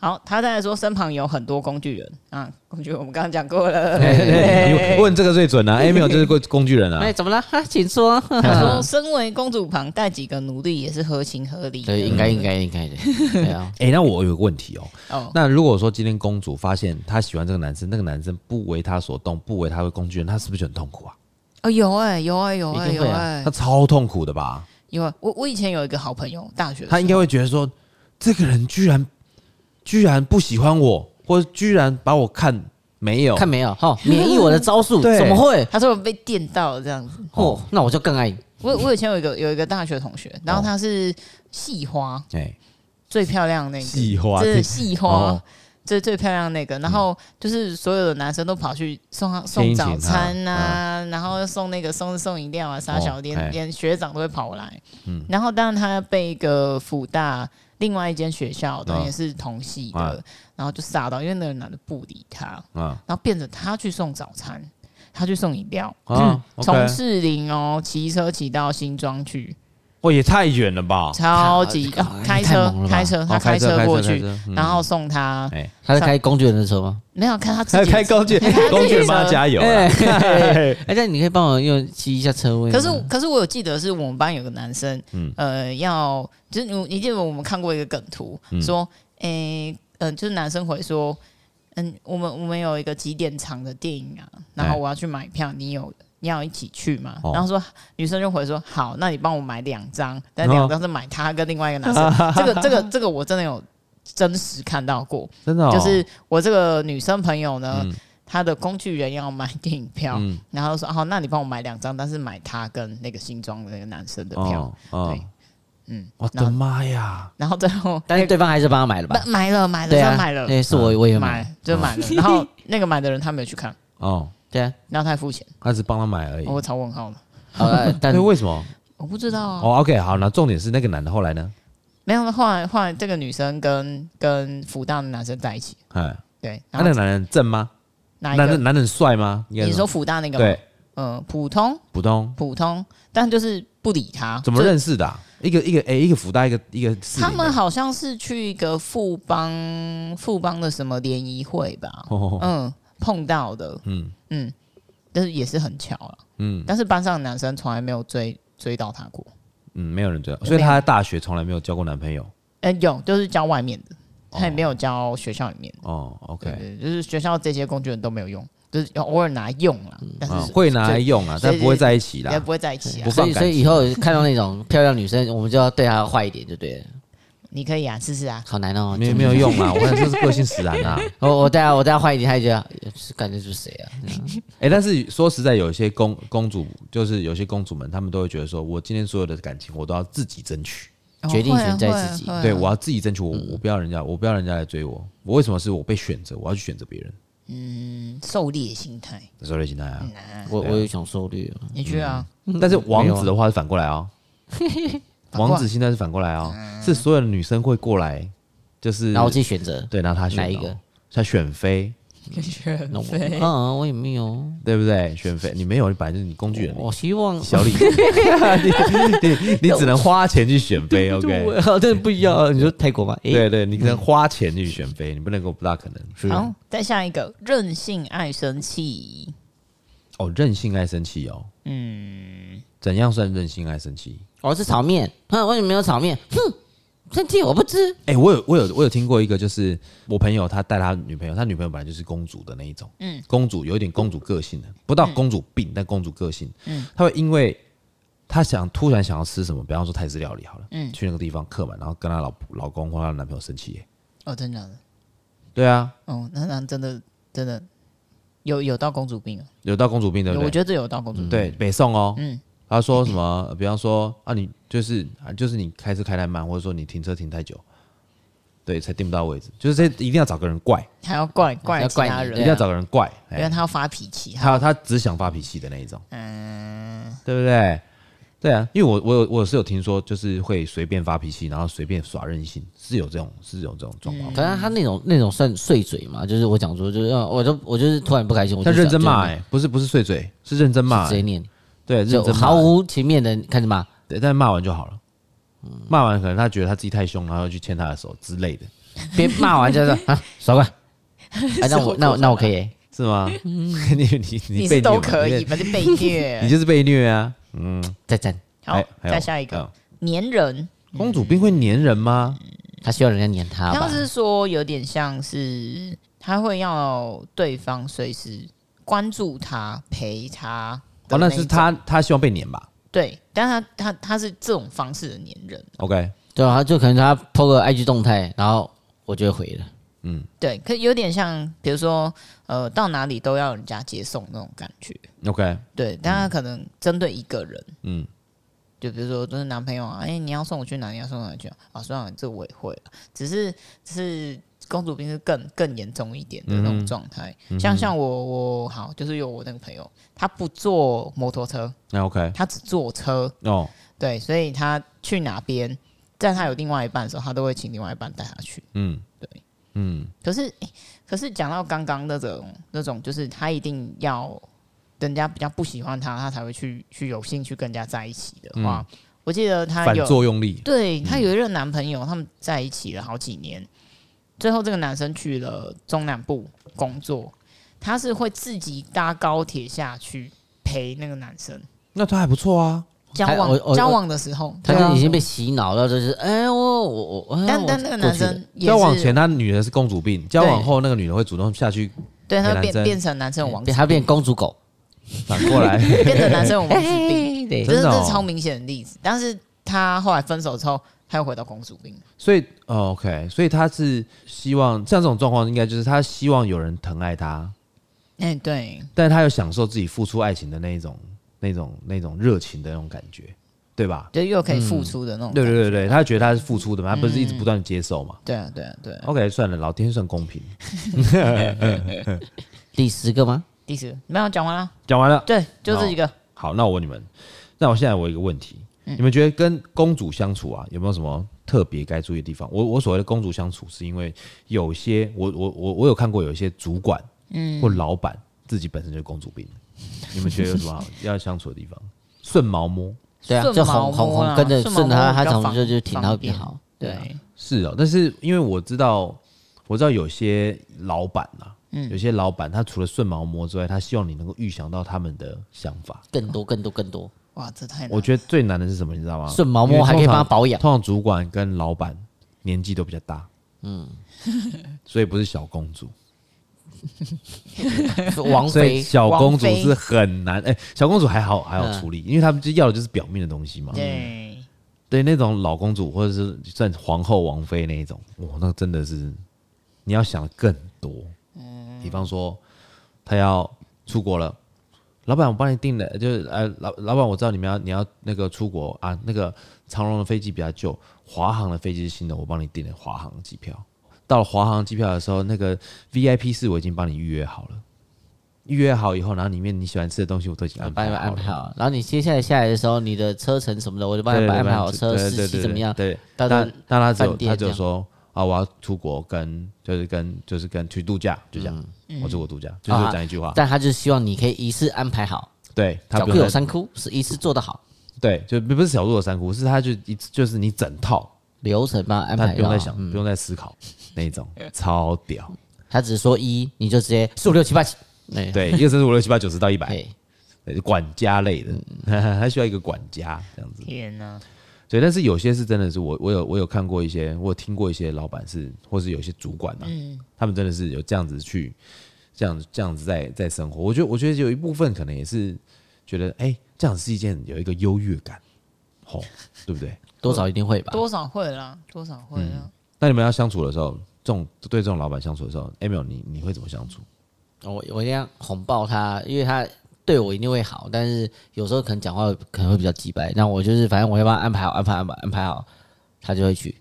好，他再来说，身旁有很多工具人啊，工具人我们刚刚讲过了。 哎你问这个最准啊，哎没有，这是工工具人哎，啊，怎么了？ 哈，请说。他 说：“身为公主旁带几个奴隶也是合情合理的。”嗯对，应该应该应该的。对啊，哎，那我有个问题哦，哦，那如果说今天公主发现她喜欢这个男生，那个男生不为她所动，不为她为工具人，她是不是就很痛苦啊？哦，有哎、有哎、有哎、一定有会啊哎、她超痛苦的吧？有哎、我我以前有一个好朋友，大学的时候她应该会觉得说，这个人居然居然不喜欢我，或者居然把我看没有，看没有？哈，免疫我的招数，对怎么会？他说我被电到了这样子。哦，那我就更爱你。我我以前有一个有一个大学同学，然后她是系花哎，最漂亮那个，细花这是系花哦。这最漂亮那个，然后就是所有的男生都跑去送她牵送引早她餐啊，然后送那个送送饮料啊，啥哦小连、哎连学长都会跑来。然后当然他被一个辅大另外一间学校的、嗯也是同系的，嗯然后就吓到，因为那个男的不理他，啊然后变着他去送早餐，他去送饮料，嗯啊从，OK，士林哦骑车骑到新庄去，哇哦也太远了吧？超级、哎啊开太车猛了吧开车哦他开车过去，，嗯然后送他。哎，他是开工具人的车吗？没有看他自还己开的车。工具车工具人帮她加油啊， 哎，哎，那你可以帮我用记一下车位吗。可是，可是我有记得是我们班有个男生，啊嗯呃，要就是你你记得我们看过一个梗图，嗯说，诶、嗯、就是男生回说，嗯，我们我们有一个几点场的电影啊，然后我要去买票，你有你要一起去吗？哦然后说女生就回说，好，那你帮我买两张，但哦两张是买他跟另外一个男 生，这个这个这个我真的有真实看到过，真的哦就是我这个女生朋友呢，她的工具人要买电影票，嗯然后说哦，那你帮我买两张，但是买她跟那个新装的那个男生的票，哦哦对，嗯，我然的后妈呀！然后最 后但是对方还是帮他买了吧买？买了买了，对他啊，买了，哎对，是我我也买。买 就买了，然后那个买的人他没有去看，哦，对啊，然后他还付钱，他只帮他买而已。我超问号了，好了，但对，为什么？我不知道啊，哦，OK，好，那重点是那个男的后来呢？没有，后来后来这个女生跟跟福大的男生在一起，哎，对，那那然后个男人正吗？哪一男个？人男人帅吗？应该你说福大那个吗？对，呃，普通普通普通，但就是不理他，怎么就认识的啊？一个一个哎，一个福大，一个一个四他零们的好像是去一个富邦富邦的什么联谊会吧，哦嗯，碰到的，嗯嗯，但是也是很巧了，嗯但是班上的男生从来没有追追到她过，嗯，没有人追，所以他在大学从来没有交过男朋友。嗯、有就是教外面的，他也没有教学校里面的，哦，OK，对，就是学校这些工具人都没有用，就是有偶尔拿来用啦，但啊是会拿来用啊，所以但不会在一起也啦。不会在一起啊不，所以放感所以以情后看到那种漂亮女生，我们就要对她坏一点，就对了。你可以啊，试试啊。好难哦，没有没有用 啊，我看就是个性使然啊。我我大家我大家换一点，他也觉得也是感觉是谁啊？哎、但是说实在，有一些公公主，就是有些公主们，她们都会觉得说，我今天所有的感情，我都要自己争取。哦决定权在会啊自己会啊会啊对，我要自己争取，我我不要人家，我不要人家来追我。我为什么是我被选择？我要去选择别人，嗯狩猎心态。这是类心态啊。我我有想受绿了，你去啊，但是王子的话是反过来 哦，过来王子心态是反过来哦，是所有的女生会过来，就是然后我自己选择。对，然后他选哪一哦个？他选妃，你去那我对嗯，我也没有。对不嗯对？选妃，你没有，你本来就是你工具人，我希望小 李，你你你只能花钱去选 妃，OK？好，但不一样啊。你说泰国吗？诶，对对，你只能花钱去选妃，你不能够不大可能。啊是好，再下一个任性爱生气。哦，任性爱生气哦，嗯，怎样算任性爱生气？我哦是炒面。哼，为什么没有炒面？哼，生气我不吃。哎、我有我有我有听过一个，就是我朋友他带他女朋友，他女朋友本来就是公主的那一种，嗯，公主有一点公主个性的，不到公主病，但公主个性，嗯，他会因为他想突然想要吃什么，比方说泰式料理好了，嗯，去那个地方客满，然后跟他老婆老公或她男朋友生气耶，哦，真的假的？对啊，哦，那那真的真的有有到公主病啊？有到公主病对不我对？觉得这有到公主病。对，北宋哦，嗯他说什么？呃比方说啊，你就是啊，就是你开车开太慢，或者说你停车停太久，对，才订不到位置，就是这一定要找个人怪，还要怪怪要其怪他你一人定，要找个人怪，因哎为他要发脾气。他他他只想发脾气的那一种，嗯，对不对？对啊，因为我我有我是有听说，就是会随便发脾气，然后随便耍任性，是有这种是有这种状况。可是他那种那种算碎嘴嘛，就是我讲说，就是呃我就我就是突然不开心，我他就认真讲骂，哎、不是不是碎嘴，是认真骂、直接欸，念，对，认就真骂毫，无情面的开始骂。对，但骂完就好了。骂完可能他觉得他自己太凶，然后去牵他的手之 类的，别骂完就说 啊，爽快。哎， 那我那我那我可以欸，是吗？ 你你被你是虐都嘛可你被以，反正 被你虐。就是被虐啊。再战。好哎，还有再下一个嗯嗯粘人。公主病会粘人吗？他希望人家黏他吧他？是说有点像是他会要对方随时关注他、陪他的哦，一种。那是他他希望被粘吧对，但他他他是这种方式的粘人， ？OK，对啊，他就可能他 PO 个 IG 动态，然后我就会回了。对，可有点像比如说呃到哪里都要人家接送那种感觉， OK，对，但他可能针对一个人，嗯，就比如说就是男朋友啊，哎、你要送我去哪里？你要送我哪里去啊？啊，算了，这我也会了，只是只是公主病是更更严重一点的那种状态。像像我我好，就是有我那个朋友，他不坐摩托车，那 OK，他只坐车，哦，对，所以他去哪边，在他有另外一半的时候，他都会请另外一半带他去。嗯，对，嗯，可是，诶可是讲到刚刚那种那种，就是他一定要人家比较不喜欢他，他才会去去有兴趣跟人家在一起的话，嗯我记得他反有作用力。对他有一任男朋友，他们在一起了好几年，最后这个男生去了中南部工作，他是会自己搭高铁下去陪那个男生那他还不错啊，交我我往交往的时候，他对啊就已经被洗脑到，就是哎我我我，哎但我但那个过男去了生也是交往前他女的是公主病，交往后那个女的会主动下去对给他男变生变成男生有王子变，他变公主狗，反过 来，变成男生有 王子病。对这真是的欸这哦是超明显的例子。但是他后来分手之后，他又回到公主病。 所以、哦、OK，所以他是希望像这种状况，应该就是他希望有人疼爱他，哎、对但是他又享受自己付出爱情的那一种、那种、那种热情的那种感觉，对吧？就又可以付出的那种嗯对感觉、对对对，他觉得他是付出的嘛，他不是一直不断地接受嘛。对啊，对啊，对啊。 OK，算了，老天算公平。第十个吗？第四个没有讲完了，讲完了，对，就这几个。好，那我问你们，那我现在我有一个问题，你们觉得跟公主相处啊，有没有什么特别该注意的地方？我我所谓的公主相处，是因为有些我我我我有看过有一些主管，嗯，或老板自己本身就是公主病，你们觉得有什么好要相处的地方？ 顺毛摸对啊，顺就毛红红摸啦红跟着顺毛顺着他，摸他比较常常就方就挺方他会比较便好。啊对，是哦，但是因为我知道我知道有些老板啊。有些老板他除了顺毛摸之外，他希望你能够预想到他们的想法。更多更多 更多，哇，这太难了我觉得最难的是什么，你知道吗？顺毛因为摸还可以通帮常他保养。通常主管跟老板年纪都比较大，嗯， 所以不是小公主，王所以菲小公主王妃是嗯很难。哎、小公主还好还好处理，因为他们就要的就是表面的东西嘛。对，对那种老公主或者是算皇后、王妃那一种，哇，那真的是你要想更多。嗯比方说，她要出国了，老板，我帮你订了，就是呃，老老板，我知道你们要你要那个出国啊，那个长荣的飞机比较旧，华航的飞机是新的，我帮你订了华航的机票。到了华航机票的时候，那个 VIP 室我已经帮你预约好了。预约好以后，然后里面你喜欢吃的东西我都已经安帮排你好们了安排好，然后你接下来下来的时候，你的车程什么的，我就帮你们安排好车对司机怎么样，对，到但到但他只有饭店他只有这样说啊，我要出国跟就是跟就是跟去度假，就这样，我出国度假，就是啊讲一句话，但他就希望你可以一次安排好，对他脚不裤有用再三窟是一次做得好，对，就不是小鹿的三窟，是他就一就是你整套，流程帮他安他排啊嗯不用好再想，不用再思考那 一种，超屌，他只是说一，你就直接四五六七八，哎对对，一个是五六七八九十到一百，对，嗯对管家类的， 他需要一个管家这样子。天哪，对，但是有些是真的是我我有我有看过一些，我有听过一些老板是，或是有些主管啊，嗯他们真的是有这样子去，这样这样子在在生活。我觉得我觉得有一部分可能也是觉得，哎、这样子是一件有一个优越感，吼、对不对？ 多少一定会吧。多少会啦，多少会啦。那你们要相处的时候，这种对这种老板相处的时候，Emil，你你会怎么相处？我我一定要哄爆他，因为他对我一定会好，但是有时候可能讲话可能会比较鸡掰，那我就是反正我要帮他安排好，安排安排安排好，他就会去，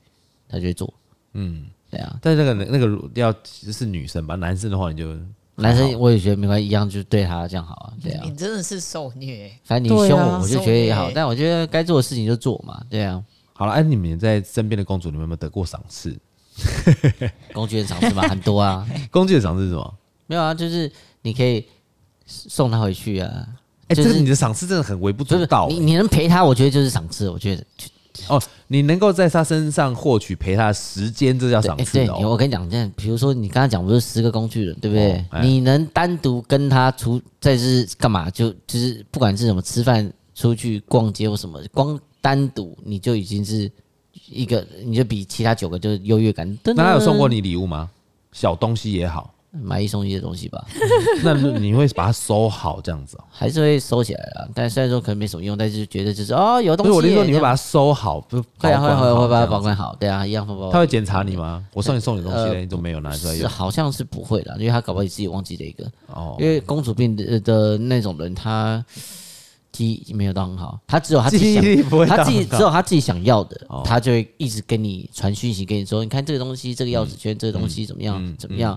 他就会做，嗯，对啊。但是那个那个要是女生吧，男生的话你就男生我也觉得没关系，一样就对他这样好啊，对啊。你真的是受虐，欸反正嗯你凶对啊我，我就觉得也受好，虐但我觉得该做的事情就做嘛，对啊。好了。哎、你们在身边的公主，你们有没有得过赏赐？ 工具人赏识嘛，很多啊，公主的赏赐是什么？没有啊，就是你可以送他回去啊，哎、就是这个你的赏赐真的很微不不足是道、你你能陪他，我觉得就是赏赐，我觉得哦，你能够在他身上获取陪他的时间，这叫赏哎赐对，你哦。我跟你讲，这样，比如说你刚刚讲不是十个工具人，对不对？哦哎你能单独跟他出，再是干嘛？就就是不管是什么吃饭、出去逛街或什么，光单独你就已经是一个，你就比其他九个就是优越感。噔噔那他有送过你礼物吗？ 小东西也好，买一送一的东西吧？那你会把它收好这样子哦。还是会收起来啊？但虽然说可能没什么用，但是觉得就是哦，有东不西是耶。我的意思说，你会这样把它收好，不是会啊会啊会啊会啊把它保管好管好，对啊，一样会保这样子。管他好。会检查你吗？我送你送你东西嘞，呃你怎么没有拿出来是用？好像是不会的，因为他搞不好自己忘记了一个。哦，因为公主病的呃的那种人，他记忆没有到很好，他只有 他自 己记忆想，力不会到很他好自己只有他自己想要的，哦他就会一直跟你传讯息，跟你说，你看这个东西，这个钥匙圈，这个东嗯西怎么样，怎么样，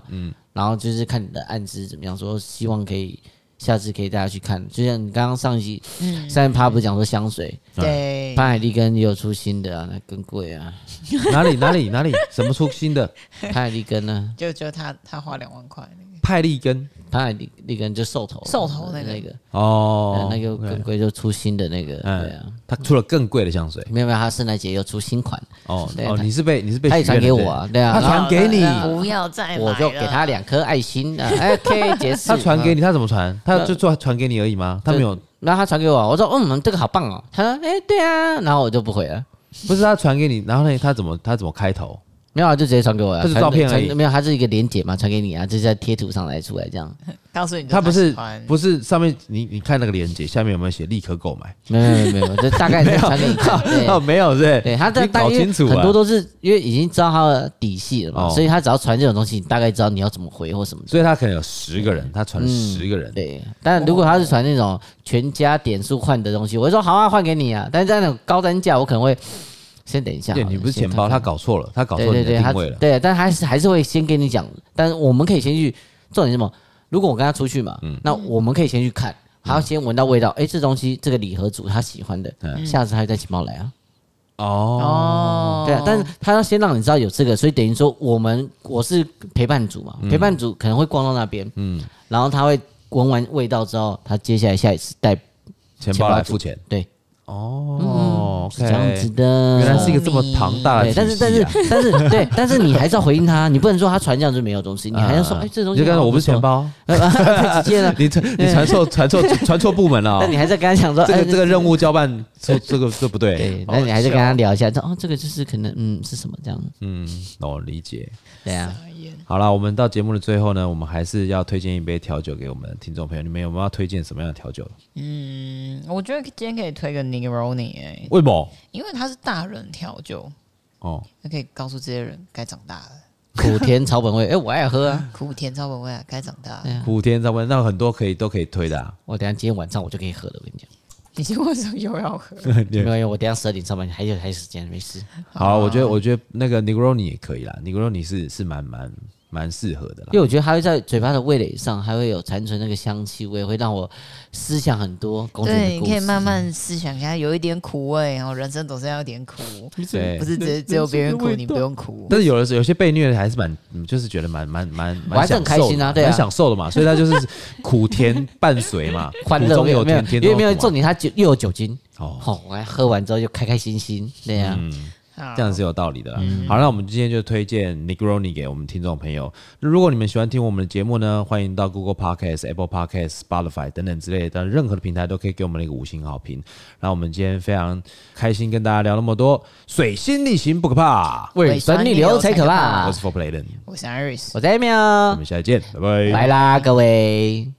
然后就是看你的暗示怎么样，说希望可以下次可以带他去看，就像你刚刚上一集嗯上一趴不是讲说香水，嗯对，潘海利根也有出新的啊，那更贵啊， 哪里哪里哪里，什么出新的潘海利根 呢，就就他他花两万块那个，派利根？潘海利利根就兽头了，兽头那个那个，哦呃，那个更贵就出新的那个，嗯对啊。他出了更贵的香水。没有没有，他圣诞节又出新款，哦对哦，他你是被你是被他也许传愿的给我啊，对他啊，然后传给你那不要再买了我就给他两颗爱 心啊，哎，可以解释。他传给你，你，他怎么传？他就传传给你而已吗？他没有然后他传给我，我说嗯，这个好棒哦。他说哎，对啊，然后我就不回了，不是他传给你，然后呢，他怎么他怎么开头？没有啊，就直接传给我了，这是传照片而传已没有，它是一个连结嘛，传给你啊，就是在贴图上来出来这样，告诉你就他不是喜欢不是上面你你看那个链接下面有没有写立刻购买？没有没有 没有，就大概是传给你看。哦，对没有是不是？对，他在你搞清楚啊很多都是因为已经知道他的底细了嘛，哦所以他只要传这种东西，你大概知道你要怎么回或什么的。所以他可能有十个人，他传了十个人，嗯对，但如果他是传那种全家点数换的东西，我会说好啊，换给你啊。但是在那种高单价，我可能会先等一下好对了。你不是先钱包，看他看搞错了，他搞对错对你对，的他定位了。对，但还是还是会先跟你讲。但是我们可以先去，重点是什么？如果我跟他出去嘛，嗯那我们可以先去看，他要先闻到味道，哎，这东西这个礼盒组他喜欢的，嗯下次他就带钱包来啊。哦，哦，对啊，但是他要先让你知道有这个，所以等于说我们我是陪伴组嗯嘛，陪伴组可能会逛到那边，嗯，然后他会闻完味道之后，他接下来下一次带钱包来组付钱。对，哦是这样子，OK，的。原来是一个这么庞大的对，体系啊，但是但是但是对， 但是你还是要回应他，你不能说他传这样就没有东西，你还要说嗯哎这东你西就跟他好说我不是错钱，包， 太直 接了。你传你传错传错传错部 门了但你哦，还在跟他讲说这哎个这个任务交办这这个这不对对，，那你还好是笑哦跟他聊一下，说哦这个就是可能嗯是什么这样，嗯，我理解。 对啊，哎验。好啦，我们到节目的最后呢，我们还是要推荐一杯调酒给我们的听众朋友。你们有没有要推荐什么样的调酒？嗯，我觉得今天可以推个 Negroni 哎、为什么？因为它是大人调酒，哦，它可以告诉这些人该长大了，苦甜草本味，哎、我爱喝啊！苦甜超本味啊，该长大了。苦甜草本，那很多可以都可以推的、啊。我等一下今天晚上我就可以喝了，我跟 你讲。你今天为什么又要喝？没有，因为我等一下十二点上班，还有还有时间，没事。好，我觉得我觉得那个 Negroni 也可以啦，Negroni 是是蛮蛮蛮适合的因为啦。我觉得它会在嘴巴的味蕾上，还会有残存那个香气味，会让我思想很多公主的对，你故可以事慢慢思想一下，有一点苦味哦，人生总是要有点苦，对不，是只只有别人苦，你不用苦。但是有的时候有些被虐的还是蛮，嗯就是觉得蛮蛮蛮我还蛮是享很受开心啊的对啊蛮享受的嘛，所以它就是苦甜伴随嘛， 欢苦乐中有没有甜，甜因中为没有苦嘛啊重点，它酒又有酒精哦嗯哦，我还喝完之后就开开心心，对呀、好这样是有道理的啦。好，那我们今天就推荐 Negroni 给我们听众朋友。如果你们喜欢听我们的节目呢，欢迎到 Google Podcast、Apple Podcast、Spotify 等等之类的任何的平台都可以给我们一个五星好评。那我们今天非常开心跟大家聊那么多，水星逆行不可怕。胃酸逆流才可啊怕我。是 For Playden，我是 Iris，我在 Amy 我哦们下次见，拜拜。拜啦，各位。